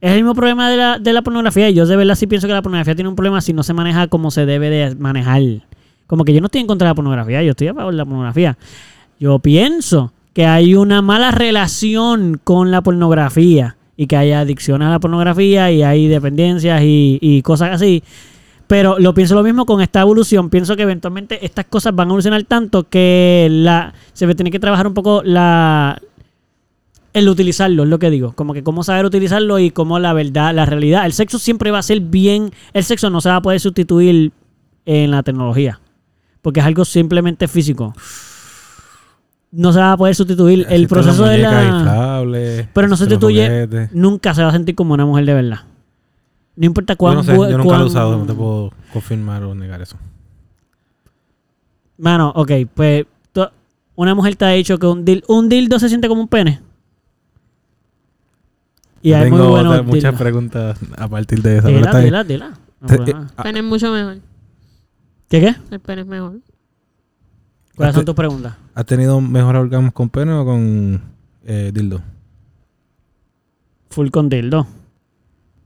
es el mismo problema de la, de la pornografía. Y yo de verdad sí pienso que la pornografía tiene un problema si no se maneja como se debe de manejar. Como que yo no estoy en contra de la pornografía, yo estoy a favor de la pornografía. Yo pienso que hay una mala relación con la pornografía y que hay adicción a la pornografía y hay dependencias y, y cosas así. Pero lo pienso lo mismo con esta evolución. Pienso que eventualmente estas cosas van a evolucionar tanto que la, se va a tener que trabajar un poco la el utilizarlo, es lo que digo. Como que cómo saber utilizarlo y cómo la verdad, la realidad. El sexo siempre va a ser bien. El sexo no se va a poder sustituir en la tecnología. Porque es algo simplemente físico. No se va a poder sustituir el Existen las proceso de muñecas la. inflables, Pero no existen los juguetes. sustituye. Nunca se va a sentir como una mujer de verdad. No importa Yo cuán. no sé, yo bu- nunca cuán- lo he usado, no te puedo confirmar o negar eso. Mano, ok, pues tú- una mujer te ha dicho que un, dil, un dildo se siente como un pene. Y Yo hay tengo muy buenos otras- muchas dildos. preguntas a partir de esa. pero Dila, está bien. dila, dila. No Te- problema. Ah. El pene es mucho mejor. ¿Qué qué? El pene es mejor. ¿Cuáles son Este- tus preguntas? ¿Has tenido mejor orgasmos con pene o con eh, dildo? Full con dildo.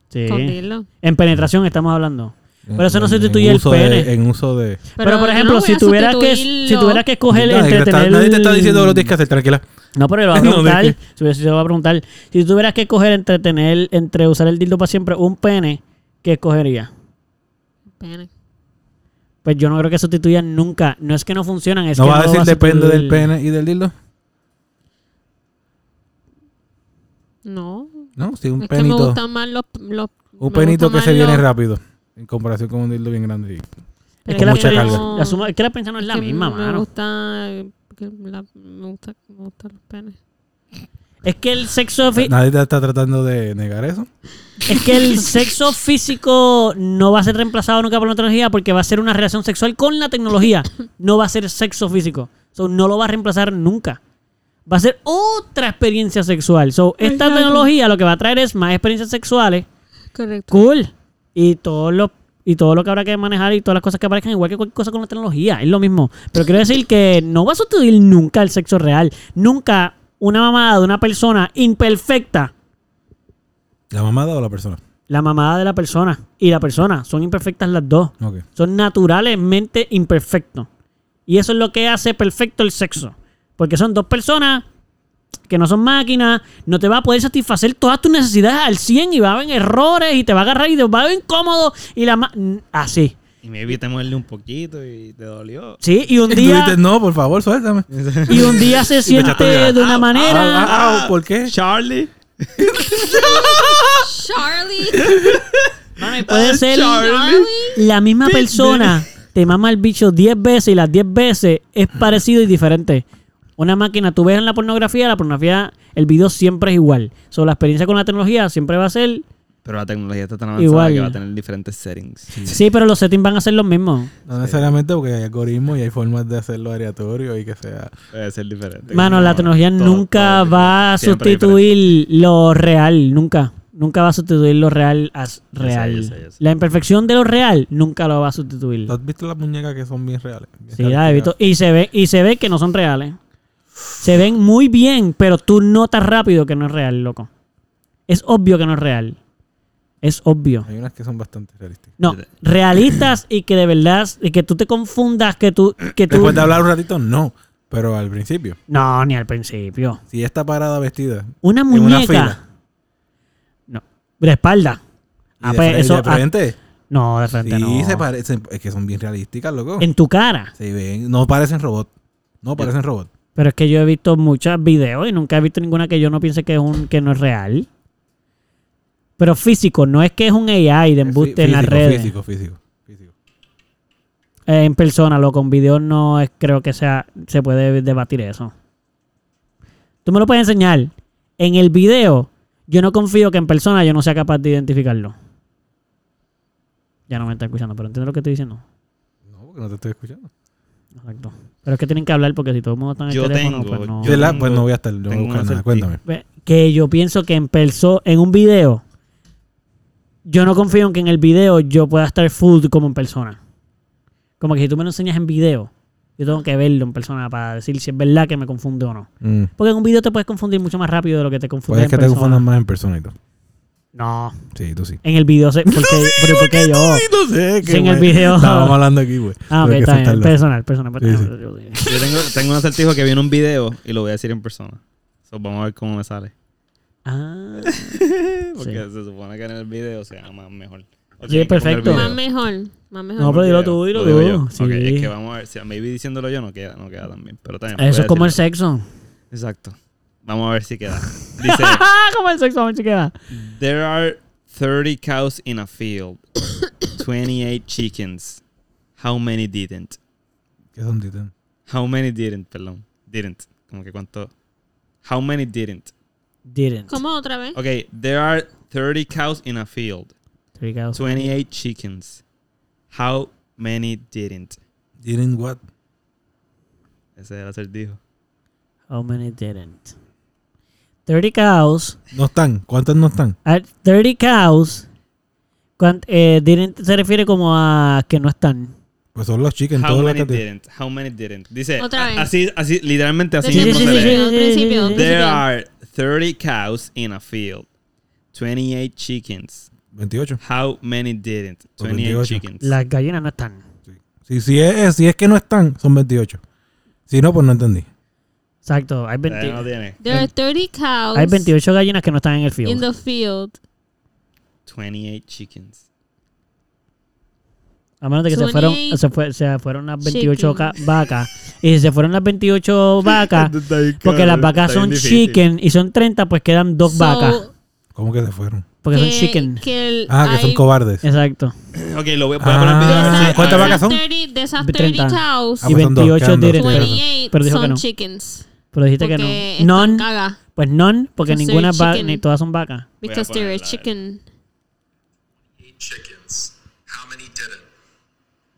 Sí. Con dildo. En penetración estamos hablando. Pero eso no En- en sustituye el uso de- pene. en uso de... Pero, por yo no ejemplo, voy si, a tuvieras que, sustituirlo. si tuvieras que escoger Nadie te entre está- este, tener... nadie te está diciendo que lo tienes que hacer, tranquila. No, pero le va a (laughs) No, preguntar. de que- se lo- se lo va a preguntar. Si tuvieras que escoger entre tener, entre usar el dildo para siempre o un pene, ¿qué escogerías? Pene. Pues yo no creo que sustituyan nunca. No es que no funcionan, es no que vas a lo decir vas depende del sustituir. pene y del dildo. No. No, sí, un es que me penito. gustan más los. los Un me penito gustan que se más viene los- rápido. En comparación con un dildo bien grande. y- Es pero que, la, mucha pena- carga. asuma- es que la prensa no es la que misma, me mano. Gusta, eh, que la- me, gusta, me gustan los penes. Es que el sexo fi- Nadie te está tratando de negar eso. es que el sexo físico no va a ser reemplazado nunca por la tecnología porque va a ser una relación sexual con la tecnología. No va a ser sexo físico. So, no lo va a reemplazar nunca. Va a ser otra experiencia sexual. So, esta Exacto. tecnología lo que va a traer es más experiencias sexuales Correcto. Cool. Y todo lo, y todo lo que habrá que manejar y todas las cosas que aparezcan, igual que cualquier cosa con la tecnología, es lo mismo. Pero quiero decir que no va a sustituir nunca el sexo real. Nunca una mamada de una persona imperfecta. ¿La mamada o la persona? La mamada de la persona y la persona son imperfectas las dos. Ok. Son naturalmente imperfectos. Y eso es lo que hace perfecto el sexo. Porque son dos personas que no son máquinas, no te va a poder satisfacer todas tus necesidades al 100 y va a haber errores y te va a agarrar y te va a haber incómodo y la ma- n- así. Y maybe te muerde un poquito y te dolió. Sí, y un Y (laughs) tú día dices, no, por favor, suéltame. y un día se siente de una manera Ah, ah, ¿Por qué? Charlie. Charlie. Mano, y puede Ah, ser Charlie. la misma persona te mama el bicho 10 veces y las 10 veces es parecido y diferente. Una máquina, tú ves en la pornografía, la pornografía, el video siempre es igual. So, la experiencia con la tecnología siempre va a ser Pero la tecnología está tan avanzada Igual. que va a tener diferentes settings. Sí, pero los settings van a ser los mismos. No necesariamente porque hay algoritmos y hay formas de hacerlo aleatorio y que sea. Puede ser diferente. Mano, la Como tecnología todo- nunca todo- va a siempre sustituir lo real, nunca. Nunca va a sustituir lo real a s- sé, yo real. sé, yo sé. La imperfección de lo real nunca lo va a sustituir. ¿Tú has visto las muñecas que son bien reales? Bien Sí, la calculadas. he visto. Y se ve, y se ve que no son reales. Se ven muy bien, pero tú notas rápido que no es real, loco. Es obvio que no es real. Es obvio. Hay unas que son bastante realísticas. No, realistas y que de verdad, y que tú te confundas, que tú, que tú. Después de hablar un ratito, no. Pero al principio, No, ni al principio. si ella está parada vestida Una en una muñeca. fila. No. De espalda. y Ah, de pues, fre- y eso- de frente. ah, no, de frente sí, no. se parecen. Es que son bien realísticas, loco. En tu cara. Se ven. No parecen robot. No parecen robot. Pero es que yo he visto muchos videos y nunca he visto ninguna que yo no piense que es un que no es real. Pero físico, no es que es un AI de Es embuste Eh, fí- en las físico, redes. Físico, físico, físico. Eh, en persona, lo con video no es, creo que sea, se puede debatir eso. Tú me lo puedes enseñar. En el video, yo no confío que en persona yo no sea capaz de identificarlo. Ya no me está escuchando, pero entiendo lo que estoy diciendo. No, porque no te estoy escuchando. Exacto. Pero es que tienen que hablar porque si todo el mundo está en el Yo teléfono, tengo, pues no. Yo Sí, la- tengo- pues no voy a estar. yo voy a tengo buscar un nada, acertijo. Cuéntame. Ve- que yo pienso que en perso en un video yo no confío en que en el video yo pueda estar full como en persona como que si tú me lo enseñas en video yo tengo que verlo en persona para decir si es verdad que me confunde o no Mm. porque en un video te puedes confundir mucho más rápido de lo que te confundes Puede en que te persona confundan más en persona y todo. no Sí, tú sí. en el video se, porque, pero porque yo No sé, Sí, en el video. Estábamos hablando aquí, güey. Pero ah hay ok, que está bien, soltarlo. personal personal Sí, sí. Yo tengo, tengo un acertijo que viene un video y lo voy a decir en persona. So, vamos a ver cómo me sale. ah, Porque Sí. se supone que en el video sea más mejor. O Sí, tienen que poner el perfecto. video. Más mejor. Más mejor. No, pero Poner el dilo tú, video. dilo Lo tú. digo yo. Ok, Sí. es que vamos a ver. Si, maybe diciéndolo yo no queda, no queda tan bien. Pero también. eso es como el sexo. sexo Exacto. Vamos a ver si queda. (laughs) Dice: ah como el sexo vamos a chequear. There are 30 cows in a field, 28 chickens. How many didn't? ¿Qué son titán? How many didn't, perdón. Didn't. Como que cuánto. How many didn't? didn't ¿Cómo otra vez? Ok, there are 30 cows in a field, 28 chickens. How many didn't? Didn't what? Ese era el acertijo. How Oh, many didn't? 30 cows. No están. ¿Cuántas no están? At 30 cows. cuan- eh, didn't se refiere como a que no están. Pues son los chicos en How toda la many cantidad. didn't? How many didn't? Eh, Dice, Otra a- vez. así, así, literalmente así Sí, Desde mismo el sí, se sí, lee. sí. principio, principio, sí, sí. There principio. are 30 cows in a field, 28 chickens. 28. How many didn't? Pues 28 28. chickens. Las gallinas no están. Si, si, es, eh, si es que no están, son 28. Si no, pues no entendí. Exacto. Hay, Eh, 20 no tiene. There are 30 cows hay 28 gallinas que no están en el in field. the field. 28 chickens. A menos de que se 28 fueron, se, fue- se fueron las 28 ca- chicken. vacas. Y si se fueron las 28 vacas, Ah, porque las vacas son chicken y son 30, pues quedan dos So, vacas. ¿Cómo que se fueron? Porque son que- chicken. que el- Ah, que son hay- cobardes. Exacto. Ok, lo voy, voy a poner el video. a ver Ah, si- ¿cuántas a ver. vacas son? 30 de esas 30 30. cows, Ah, y pues son dos, 28 quedan dos. didn't. Pero- 28 pero dijo que son no. chickens. Pero dijiste Porque que no. están Non, cagas. pues non, porque Because ninguna they're va, chicken. ni todas son vacas. Voy a Because they're a ponerla. chicken. chickens. How many didn't?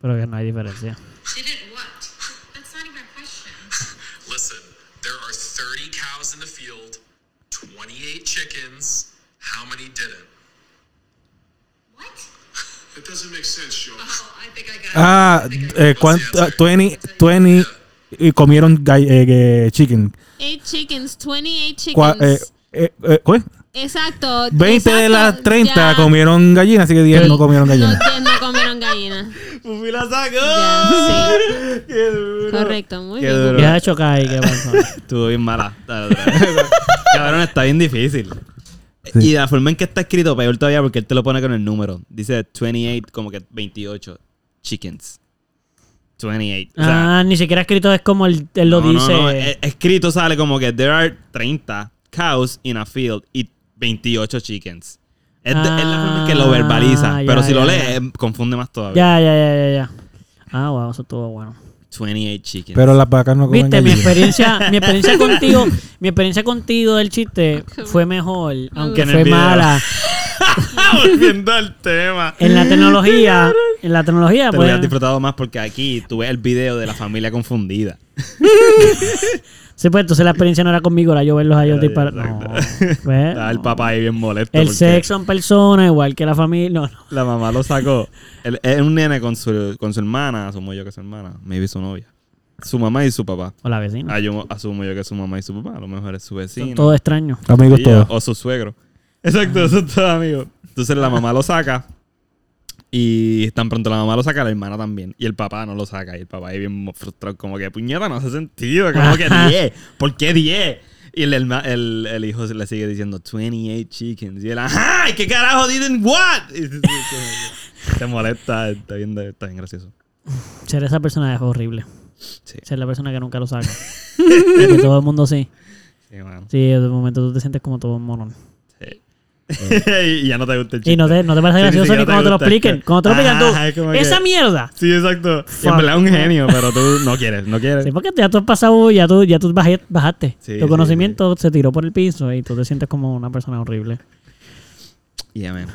Pero que no hay diferencia. Didn't what? That's not even a question. Listen, there are 30 cows in the field, 28 chickens. How many didn't? What? That doesn't make sense, Joe. Oh, I think I got it. Ah, eh, ¿cuántas? 20, 20 y comieron gall- eh, eh, chicken. 8 chickens, 28 Cua- chickens. eh, eh, eh, ¿cuál? Exacto. 20 de exacto, las 30 ya. comieron gallinas, así que 10 no comieron Los gallinas. 10 no comieron gallina. Pupi la sacó. Ya, sí. (laughs) Qué duro. Correcto, muy Qué bien. duro. Ya hecho cae, ¿qué (laughs) pasó? Estuvo bien mala. Dale, dale, dale. Cabrón, está bien difícil. Y la forma en que está escrito, peor todavía, porque él te lo pone con el número. Dice 28, como que 28 chickens. 28. O sea, ah, ni siquiera escrito es como él, él lo no, no, dice. no, e- Escrito sale como que there are 30 cows in a field y 28 chickens. Es, de- es la forma en que lo Ah, verbaliza. ya, pero si lo ya, lees, ya. eh, confunde más todavía. Ya, ya, ya, ya, ya. Ah, wow, eso estuvo bueno. 28 chickens. Pero las vacas no comen Viste, mi gallinas. experiencia, mi experiencia contigo, mi experiencia contigo del chiste fue mejor, aunque en fue el video. mala. (laughs) Volviendo al tema. En la tecnología, en la tecnología, Te lo pues, hubieras disfrutado más porque aquí tú ves el video de la familia confundida. Eh. sí, pues entonces la experiencia no era conmigo, era yo verlos a ellos disparar. No, Exacto. (laughs) pues, Estaba el no. papá ahí bien molesto. El porque sexo en persona, igual que la familia. No, no. La mamá lo sacó. Él- Es un nene con su, con su hermana, asumo yo que es su hermana, maybe su novia. Su mamá y su papá. O la vecina. Ah, yo asumo yo que es su mamá y su papá. A lo mejor es su vecino. Todo extraño. Amigos Ella, todos. O su suegro. Exacto, eso es todo, amigo. Entonces la mamá lo saca. Y tan pronto la mamá lo saca, la hermana también. Y el papá no lo saca. Y el papá ahí bien frustrado, como que puñeta, no hace sentido. Como que 10. ¿Por qué 10? Y el, herma- el, el hijo le sigue diciendo 28 chickens. Y él, ajá, ¿y qué carajo dicen what? Y se- se- se molesta, está bien, está bien gracioso. Ser esa persona es horrible. Sí. Ser la persona que nunca lo (laughs) saca. que todo el mundo sí. Sí, mano. Sí, de momento tú te sientes como todo un morón. Sí. (laughs) y ya no te gusta el chiste. Y no te, no te parece Sí, ni gracioso siquiera ni te cuando te lo gusta. expliquen. Cuando te lo explican Ajá, es como tú. que- Esa mierda. Sí, exacto. Y en Fuck. verdad es un genio, pero tú no quieres, no quieres. Sí, porque ya tú has pasado, ya tú, ya tú bajé- bajaste. Sí, tu sí, conocimiento se tiró por el piso y tú te sientes como una persona horrible. Yeah, man.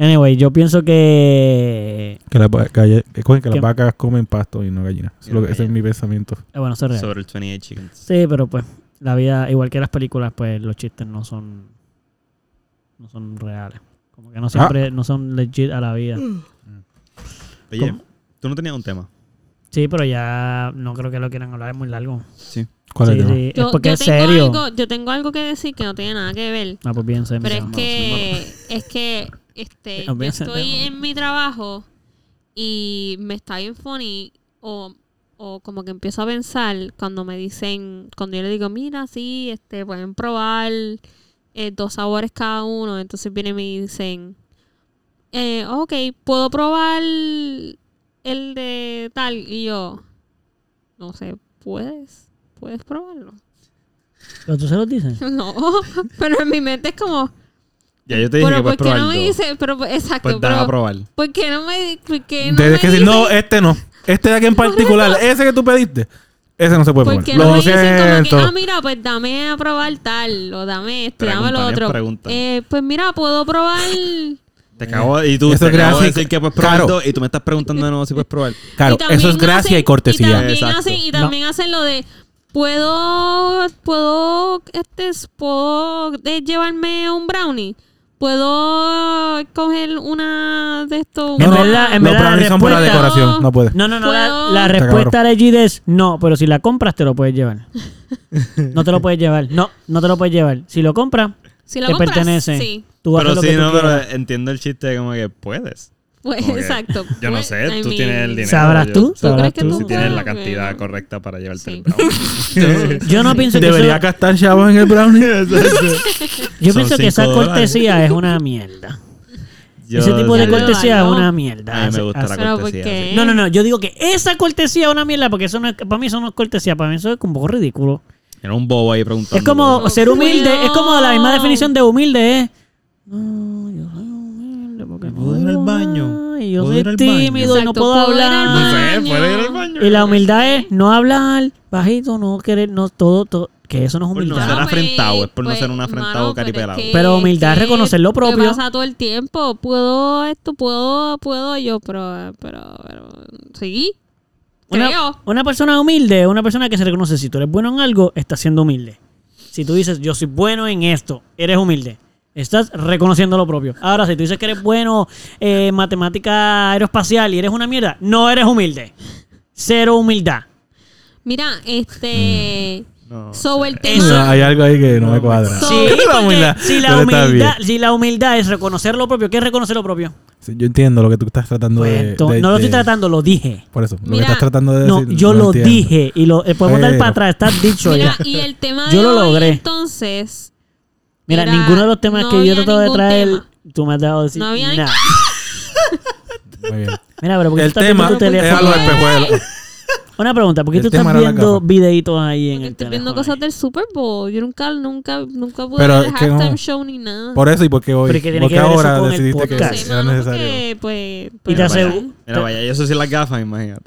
Anyway, yo pienso que. eh, Que las, va- galle- que cogen que las ¿Qué? vacas comen pasto y no gallinas. Eso es lo que- Ese es mi pensamiento. eh, bueno, eso es real. Sobre el 28 Chickens. Sí, pero pues, la vida, igual que las películas, pues los chistes no son. No son reales. Como Ah. que no siempre no son legit a la vida. Mm. Oye, ¿Cómo? tú no tenías un tema. Sí, pero ya no creo que lo quieran hablar, es muy largo. Sí. ¿Cuál Sí, es el tema? sí, Yo, es porque yo es tengo serio. algo, yo tengo algo que decir que no tiene nada que ver. Ah, pues bien, sé, Pero es mira. que, es que, este, yo Olvídense de estoy Amazon. en mi trabajo y me está bien funny o, o como que empiezo a pensar cuando me dicen, cuando yo le digo, mira, sí, este, pueden probar eh, dos sabores cada uno. Entonces vienen y me dicen, eh, ok, ¿puedo probar el de tal? Y yo, no sé, ¿puedes? ¿Puedes probarlo? (laughs) Pero tú se los dices. No, (laughs) pero en mi mente es como... Ya yo te dije Pero que pues puedes ¿por qué probar. no me dos. dice? Pero pues, exacto, Pues dame a pero probar. ¿por qué no me di- por qué no me Desde que dicen? decir, no, este no. Este de aquí en particular, ese que tú pediste, ese no se puede ¿Por poner. qué pues, Lo no me dicen siento. como que, ah, mira, pues dame a probar tal, o dame este, dame lo Preguntan, otro? preguntan. Eh, pues mira, puedo probar. Te acabo y tú Eso te es acabo de gracia- decir que puedes probar Caro. dos y tú me estás preguntando de nuevo si puedes probar. (laughs) Claro, Y también eso es gracia hacen- y cortesía. Y también, Exacto. hacen, y también hacen lo de, puedo, puedo, este, puedo eh, llevarme un brownie. Puedo coger una de estos. En una- verdad, en Los verdad, la brownies son por la respuesta- decoración, no puede. No, no, no. La, Puedo- la Está respuesta de Gide es no, pero si la compras te lo puedes (laughs) llevar. No te lo puedes llevar. No, no te lo puedes llevar. Si lo compras, Si lo te compras, pertenece. sí. Tú haces Pero lo sí, que tú no, pero quieras. entiendo el chiste como que puedes. Pues, Como que, exacto. Yo no Pues, sé, I tú mean, tienes el dinero. ¿Sabrás yo- tú? ¿Tú ¿Sabrás crees que tú? tú Si tienes la puedes? cantidad correcta para llevarte Sí. el (laughs) brownie. Yo no pienso que Debería eso- gastar chavos en el brownie. Yo Son pienso que esa cinco dólares. cortesía es una mierda. (laughs) Yo- Ese tipo de yo- Dale, cortesía es dale. una A mierda. mí me Hace- gusta la hace- Pero ¿por cortesía. qué? sí. No, no, no. Yo digo que esa cortesía es una mierda porque eso no es, para mí eso no es cortesía. Para mí eso es un poco ridículo. Era un bobo ahí preguntando. Es como cosas. ser humilde. Es como la misma Cuidado. definición de humilde. ¿eh? Es. No, yo soy humilde porque no Puedo ir al debo baño, nada, y Yo puedo soy ir al baño. tímido y no Exacto, puedo puedo ir al hablar. No sé, Baño. puede ir al baño. Y la humildad es no hablar bajito, no querer, no todo, todo. Que eso no es Por no humildad. ser Claro, afrentado, pues, es por no pues, ser un afrentado mano, pero es caripelado. que- Pero humildad es que reconocer lo propio. Me pasa todo el tiempo. Puedo esto, puedo, puedo yo, pero, pero, pero sí. Una, Creo. una persona humilde es una persona que se reconoce si tú eres bueno en algo, estás siendo humilde. Si tú dices, yo soy bueno en esto, eres humilde. Estás reconociendo lo propio. Ahora, si tú dices que eres bueno eh, en matemática aeroespacial y eres una mierda, no eres humilde. Cero humildad. Mira, este. Mm. No, sobre el Eso- tema. Hay algo ahí que no me cuadra. (laughs) So- Sí, La humildad. Si la, Pero está humildad, si la humildad es reconocer lo propio, ¿qué es reconocer lo propio? Sí, Yo entiendo lo que tú estás tratando Pues, de, entonces, eh, de- no lo de- estoy tratando, lo dije. Por eso, lo Mira, que estás tratando de No, decir. yo lo entiendo. dije. Y lo eh, podemos dar Pero- para atrás, está dicho Mira, ya. y el tema de Yo lo hoy, logré. entonces. Mira, era- ninguno de los temas no que yo he había tratado de ningún traer, tema. tú me has dado decir No había ni- nada. (laughs) Muy bien. Mira, pero porque El tú estás viendo tema tu era teléfono. los espejuelos. Una pregunta, ¿por qué El tú tema estás era la viendo gafa. videitos ahí en el Estoy teléfono? viendo cosas del Super Bowl. Yo nunca, nunca, nunca pude Pero ver el es que no- halftime show ni nada. Por eso y porque hoy. Pero es que tiene porque que ver eso ahora con el decidiste que No podcast. sé, era mano, necesario. porque, pues, Y te pero- aseguro, Mira, vaya, yo soy las gafas, imagínate.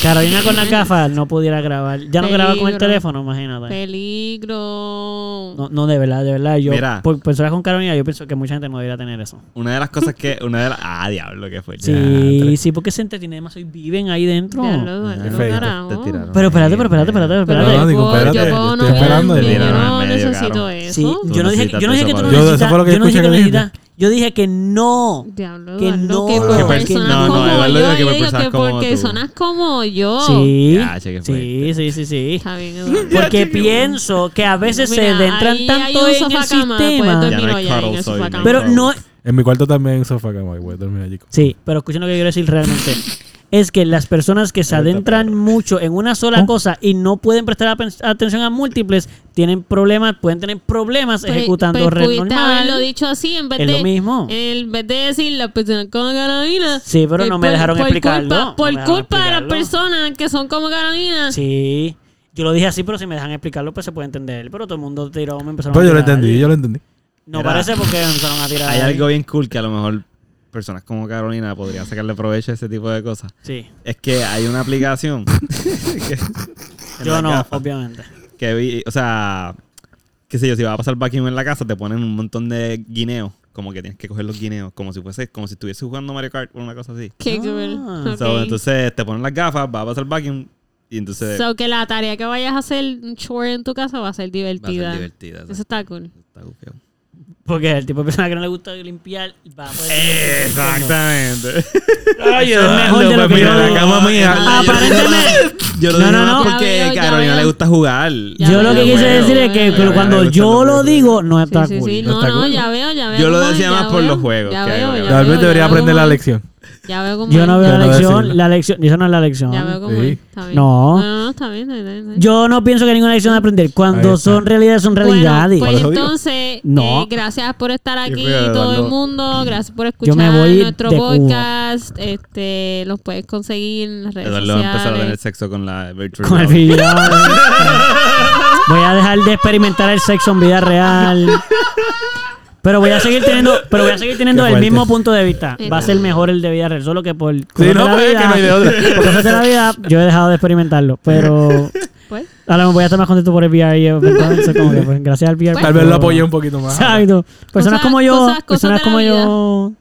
Carolina con (laughs) las gafas no pudiera grabar. Ya no graba con el Peligro. teléfono, imagínate. Peligro. No, no, de verdad, de verdad. Yo, Mira. por personas con Carolina, yo pienso que mucha gente no debería tener eso. Una de las cosas que. Una de las. Ah, diablo, que fue. Sí, sí, porque se entretiene demasiado y viven ahí dentro. Ya lo- Ah, lo Perfecto. carajo. Pero espérate, pero espérate, espérate, pero Pero espérate. No, yo digo, puedo- espérate, yo puedo estoy no esperando. verme, Mira, yo no medio necesito caro. eso. Sí, yo no dije, necesitas yo no dije que tú no Yo- desaparecer. eso necesitas. fue lo que Yo no dije escuché que que dijiste. necesitas. Yo dije que no. Diablo, Que Eduardo, no. que Que por per- personas no, no, como Eduardo yo, dijo que por yo digo que personas como porque tú. personas como yo. Sí. Ya, che, qué sí, fuerte. sí, sí, sí. Está bien, Eduardo. Porque pienso que a veces se Mira, adentran ahí tanto hay un pues, en el sofacama, puedes sistema. Ya no dormir hay hoy ahí en cuddles el hoy, sofacama. no. Pero no. En mi cuarto también hay un sofá cama, güey. Voy a dormir allí. Sí, pero escuchen lo que quiero decir (laughs) realmente. Es que las personas que se adentran mucho en una sola cosa y no pueden prestar apen- atención a múltiples, tienen problemas, pueden tener problemas Pues- ejecutando pues red pudiste normal. haberlo dicho así en vez Es de lo mismo. En vez de decir las personas como Carolina. Sí, pero no me dejaron explicarlo, culpa- no por me dejaron culpa de explicarlo. las personas que son como Carolina. Sí. Yo lo dije así, pero si me dejan explicarlo, pues se puede entender. Pero todo el mundo tiró, me empezaron Pero a Pues, yo lo tirar. entendí, yo lo entendí. No Mira, parece porque empezaron a tirar. Hay algo bien cool que a lo mejor personas como Carolina podrían sacarle provecho a ese tipo de cosas. Sí. Es que hay una (laughs) aplicación Yo la no, gafa. obviamente. que vi, o sea, qué sé yo, si vas a pasar vacuum en la casa, te ponen un montón de guineos. Como que tienes que coger los guineos, como si fuese, como si estuviese jugando Mario Kart o una cosa así. Qué cool. Ah. Ok. So, entonces te ponen las gafas, vas a pasar vacuum y entonces So que la tarea que vayas a hacer un chore en tu casa va va a ser a ser divertida. divertida. Eso está cool. Está gufio. Porque el tipo de persona que no le gusta limpiar va a Eh, poder. (laughs) Exactamente. Ay, es mejor de lo que yo mira, la digo. Ah, cama mía. Aparentemente. Yo lo No, digo no, más no. porque Ya veo, ya Carolina veo. le gusta jugar. Ya Yo lo que veo, quise ya veo, decir es ya que veo. pero Ya cuando veo, yo ya lo veo. digo, no Sí, está sí, cool. sí. No No, está no, cool. ya veo, ya veo. Yo lo cómo es, decía ya más por veo, los juegos Ya que veo, hago, ya que veo, Tal vez ya debería veo aprender la cómo- lección. Ya veo cómo Yo no es, veo Yo la no lección. decirlo. La lección, esa no es la lección. Ya veo cómo Sí. es. Está bien. No. No, no, está bien. está bien, está bien. Yo no pienso que ninguna lección es aprender. Ahí Cuando está. son realidades, son Bueno, realidades. pues eso digo. entonces, No. eh, gracias por estar aquí, fui a todo el darlo. mundo. Gracias por Yo escuchar me voy nuestro de Cuba. podcast. Este, los puedes conseguir en las redes Eduardo va a empezar a tener sociales. sexo con la virtual Con el reality. video. voy a dejar de experimentar el sexo en vida real. Pero voy a seguir teniendo, pero voy a seguir teniendo Qué el fuerte. mismo punto de vista. Sí, Va a claro. ser mejor el de vida real, solo que por Sí, cosas no, de la pues, es vida- que no hay de otra. por cosas de la vida, yo he dejado de experimentarlo. Pero Pues, ahora me voy a estar más contento por el eh, VR. (laughs) y eventualmente, como que, pues, gracias al VR. Pues- Tal vez lo apoyé un poquito más. Exacto. Personas Cosas- como yo. cosas- cosas personas de la como yo.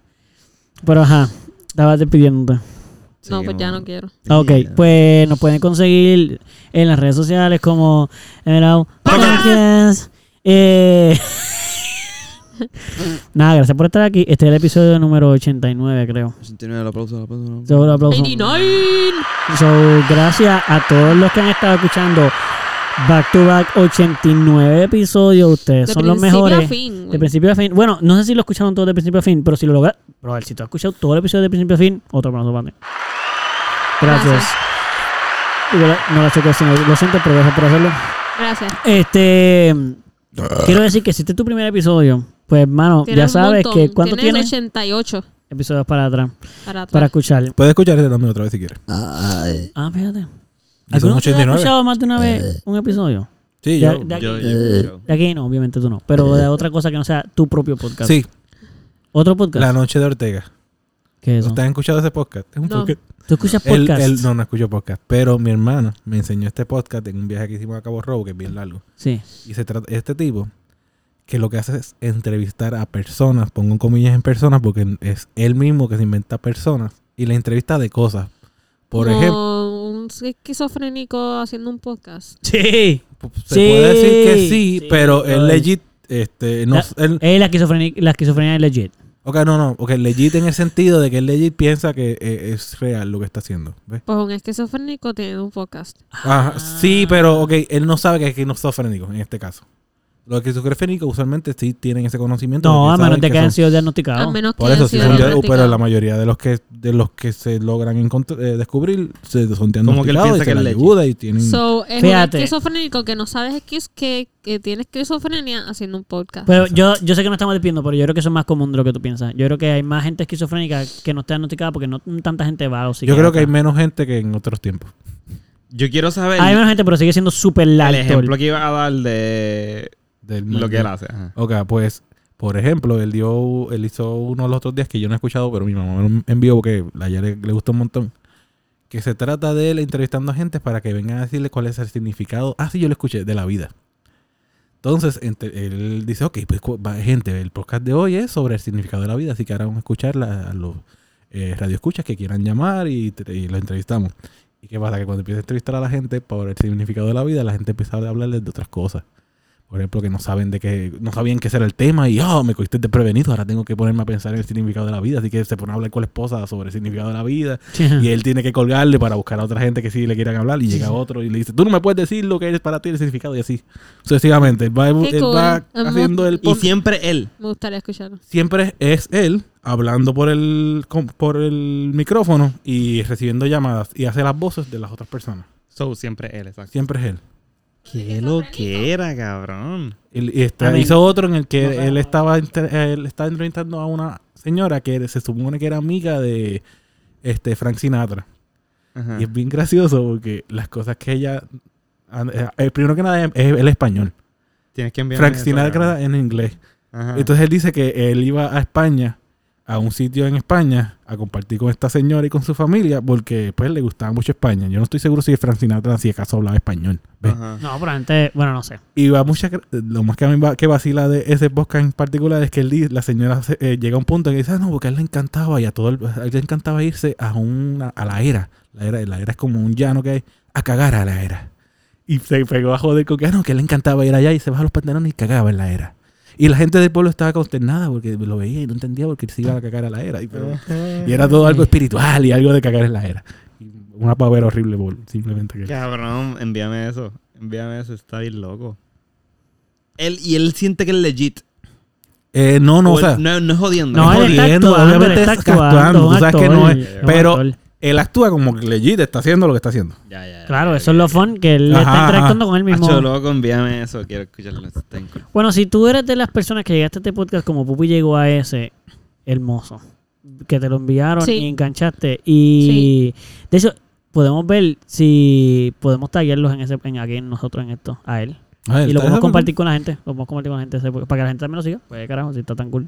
Pero ajá, estabas despidiéndote. Sí, no, pues ya como- no quiero. Ok, pues nos pueden conseguir en las redes sociales como Emerald Podcast. (laughs) Eh, (laughs) Nada, gracias por estar aquí. Este es el episodio número 89, creo. 89, el aplauso, el aplauso, el aplauso. So, un aplauso. 29. So, gracias a todos los que han estado escuchando Back to Back 89 episodios. Ustedes De son los principio mejores. a fin. De principio a fin. Bueno, no sé si lo escucharon todo de principio a fin, pero si lo logra, Pero a ver, si tú has escuchado todo el episodio de principio a fin, otro aplauso para mí. Gracias. Gracias. Y yo la- no la chequeo, sino- lo siento, pero gracias por hacerlo. Gracias. Este. Quiero decir que si este es tu primer episodio, pues, hermano, Tienes ya un sabes montón. que cuánto tienes. tienes 88 episodios para atrás, para atrás. para escuchar. Puedes escuchar este también otra vez si quieres. Ah, fíjate. Y son ¿Alguno de ustedes ha 89. escuchado más de una vez un episodio? Sí, Ya- yo. de aquí- Yo, yo, yo. de aquí no, obviamente tú no. Pero de otra cosa que no sea tu propio podcast. Sí, ¿Otro podcast? La Noche de Ortega. ¿Qué es eso? ¿Ustedes han escuchado ese podcast? Es un No. podcast. ¿Tú escuchas Él, podcast? él- no, no escucho podcast. Pero mi hermano me enseñó este podcast en un viaje que hicimos a Cabo Rojo, que es bien largo. Sí. Y se trata este tipo que lo que hace es entrevistar a personas, pongo comillas en personas, porque es él mismo que se inventa personas y la entrevista de cosas. Por Como ejemplo, Un esquizofrénico haciendo un podcast. Sí. se Sí. puede decir que sí, Sí, pero brother. él legit, este, no, La- él- Eh, la esquizofrenia, la esquizofrenia es legit. ok, no, no, ok, legit en el sentido de que él legit piensa que eh, es real lo que está haciendo. ¿ves? Pues un esquizofrénico tiene un podcast. Ajá, sí, pero ok, él no sabe que es esquizofrénico en este caso. Los esquizofrénicos usualmente sí tienen ese conocimiento. No, porque a menos saben de que hayan son- sido Al diagnosticados. menos que Por haya eso sí sido son dia- diagnosticado. pero la mayoría de los que de los que se logran encontr- eh, descubrir se son Como que él diagnosticados piensa y que se es les leche. ayuda y tienen So, es Mm. Fíjate. un esquizofrénico que no sabes esquiz- que, que tiene esquizofrenia haciendo un podcast. Pero yo, yo sé que no estamos despidiendo, pero yo creo que eso es más común de lo que tú piensas. Yo creo que hay más gente esquizofrénica que no está diagnosticada porque no tanta gente va a los Yo creo que hay psiquiatras. menos gente que en otros tiempos. Yo quiero saber Hay menos gente, pero sigue siendo súper (laughs) el largo. ejemplo que iba a dar de del lo mundo. que él hace. ajá. Ok, pues Por ejemplo, él dio, él hizo uno de los otros días que yo no he escuchado, pero mi mamá me lo envió porque a ella le, le gustó un montón. Que se trata de él entrevistando a gente para que vengan a decirle cuál es el significado. Ah, sí, yo lo escuché, de la vida. Entonces, entre- él dice, ok, pues cu- va- gente, el podcast de hoy es sobre el significado de la vida, así que ahora vamos a escuchar la- a los eh, radioescuchas que quieran llamar y, te- y los entrevistamos. ¿Y qué pasa? Que cuando empieza a entrevistar a la gente por el significado de la vida, la gente empieza a hablarles de otras cosas. Por ejemplo, que no saben de qué, no sabían qué era el tema y oh, me cogiste desprevenido, ahora tengo que ponerme a pensar en el significado de la vida. Así que se pone a hablar con la esposa sobre el significado de la vida y él tiene que colgarle para buscar a otra gente que sí le quieran hablar y llega otro y le dice, tú no me puedes decir lo que es para ti el significado y así. Sucesivamente, él va, Qué él va cool. haciendo el Y podcast. siempre él. Me gustaría escucharlo. Siempre es él hablando por el, con- por el micrófono y recibiendo llamadas y hace las voces de las otras personas. So, siempre él, exacto. Siempre es él. Qué lo que era, cabrón. Él- y está- A mí- hizo otro en el que él estaba inter- él estaba entrevistando a una señora que se supone que era amiga de este Frank Sinatra. Ajá. Y es bien gracioso porque las cosas que ella. eh, eh, primero que nada es el español. Tienes que enviar Frank Sinatra en inglés. Ah. Entonces él dice que él iba a España, a un sitio en España, a compartir con esta señora y con su familia porque pues le gustaba mucho España. Yo no estoy seguro si Frank Sinatra si acaso hablaba español. ¿ves? No, pero antes, bueno, no sé. Y va mucha. Lo más que a mí va- que vacila de ese podcast en particular es que él, di- la señora se- eh, llega a un punto en que dice, ah, no, porque a él le encantaba y a todo el- a él le encantaba irse a una, a la era. La era, la era es como un llano que hay, a cagar a la era. Y se pegó a joder con que, ah, no, que a él le encantaba ir allá y se bajaba los pantalones y cagaba en la era. Y la gente del pueblo estaba consternada porque lo veía y no entendía por qué se iba a cagar a la era. Y, pero- y era todo algo espiritual y algo de cagar en la era. Y una pavera horrible, por- simplemente. Que... Cabrón, envíame eso. Envíame eso, está bien loco. Él, y él siente que es legit. Eh, no, no, O o sea. él- no, no es jodiendo. No, es él está jodiendo, actuando, obviamente él está es actuando, actuando. tú un sabes que actor, no es- un pero- actor. Él actúa como que legit está haciendo lo que está haciendo. Ya, ya, ya. Claro, Ya, eso es lo ya, ya. fun, que él Ajá, está ajá. interactuando con él mismo. Hacho, loco, envíame eso. Quiero escucharlo. Está en este cool. Bueno, si tú eres de las personas que llegaste a este podcast como Pupi llegó a ese, hermoso, que te lo enviaron Sí. y enganchaste. Y de hecho, podemos ver si podemos tallarlos en ese, en aquí nosotros en esto, a él. Y lo podemos compartir con la gente, lo podemos compartir con la gente, ese podcast, para que la gente también lo siga. Pues carajo, si está tan cool.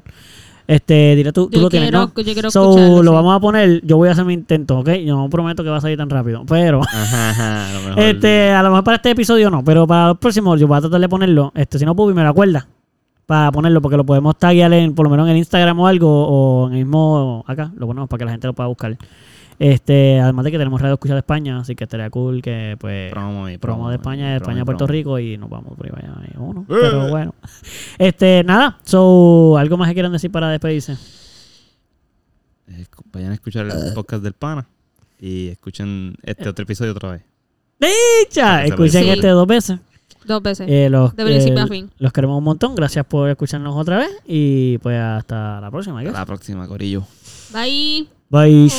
Este, dile tú, tú Yo lo tienes, quiero, ¿no? yo quiero So, escucharlo. lo sí. vamos a poner, yo voy a hacer mi intento, ¿ok? Yo no prometo que va a salir tan rápido, pero... Ajá, ajá. A lo mejor. Este, a lo mejor para este episodio no, pero para los próximos yo voy a tratar de ponerlo. Este, si no, Pupi me lo acuerda. Para ponerlo, porque lo podemos taggear en, por lo menos en el Instagram o algo, o en el mismo acá, lo ponemos para que la gente lo pueda buscar. Este, además de que tenemos radio escucha de España, así que estaría cool que pues Promo, y promo de España, de y España promo y a Puerto promo. Rico y nos vamos por ahí para allá, eh, uno. Pero bueno. Este, nada, so, algo más que quieran decir para despedirse. Eh, escu- Vayan a escuchar el podcast del pana. Y escuchen este otro episodio otra vez. ¡Dicha! Para que se Escuchen vaya. este dos veces. Dos veces. Eh, los, este, De principio eh, a fin. Los queremos un montón. Gracias por escucharnos otra vez. Y pues hasta la próxima. I Hasta guess. la próxima, Corillo. Bye. Bye.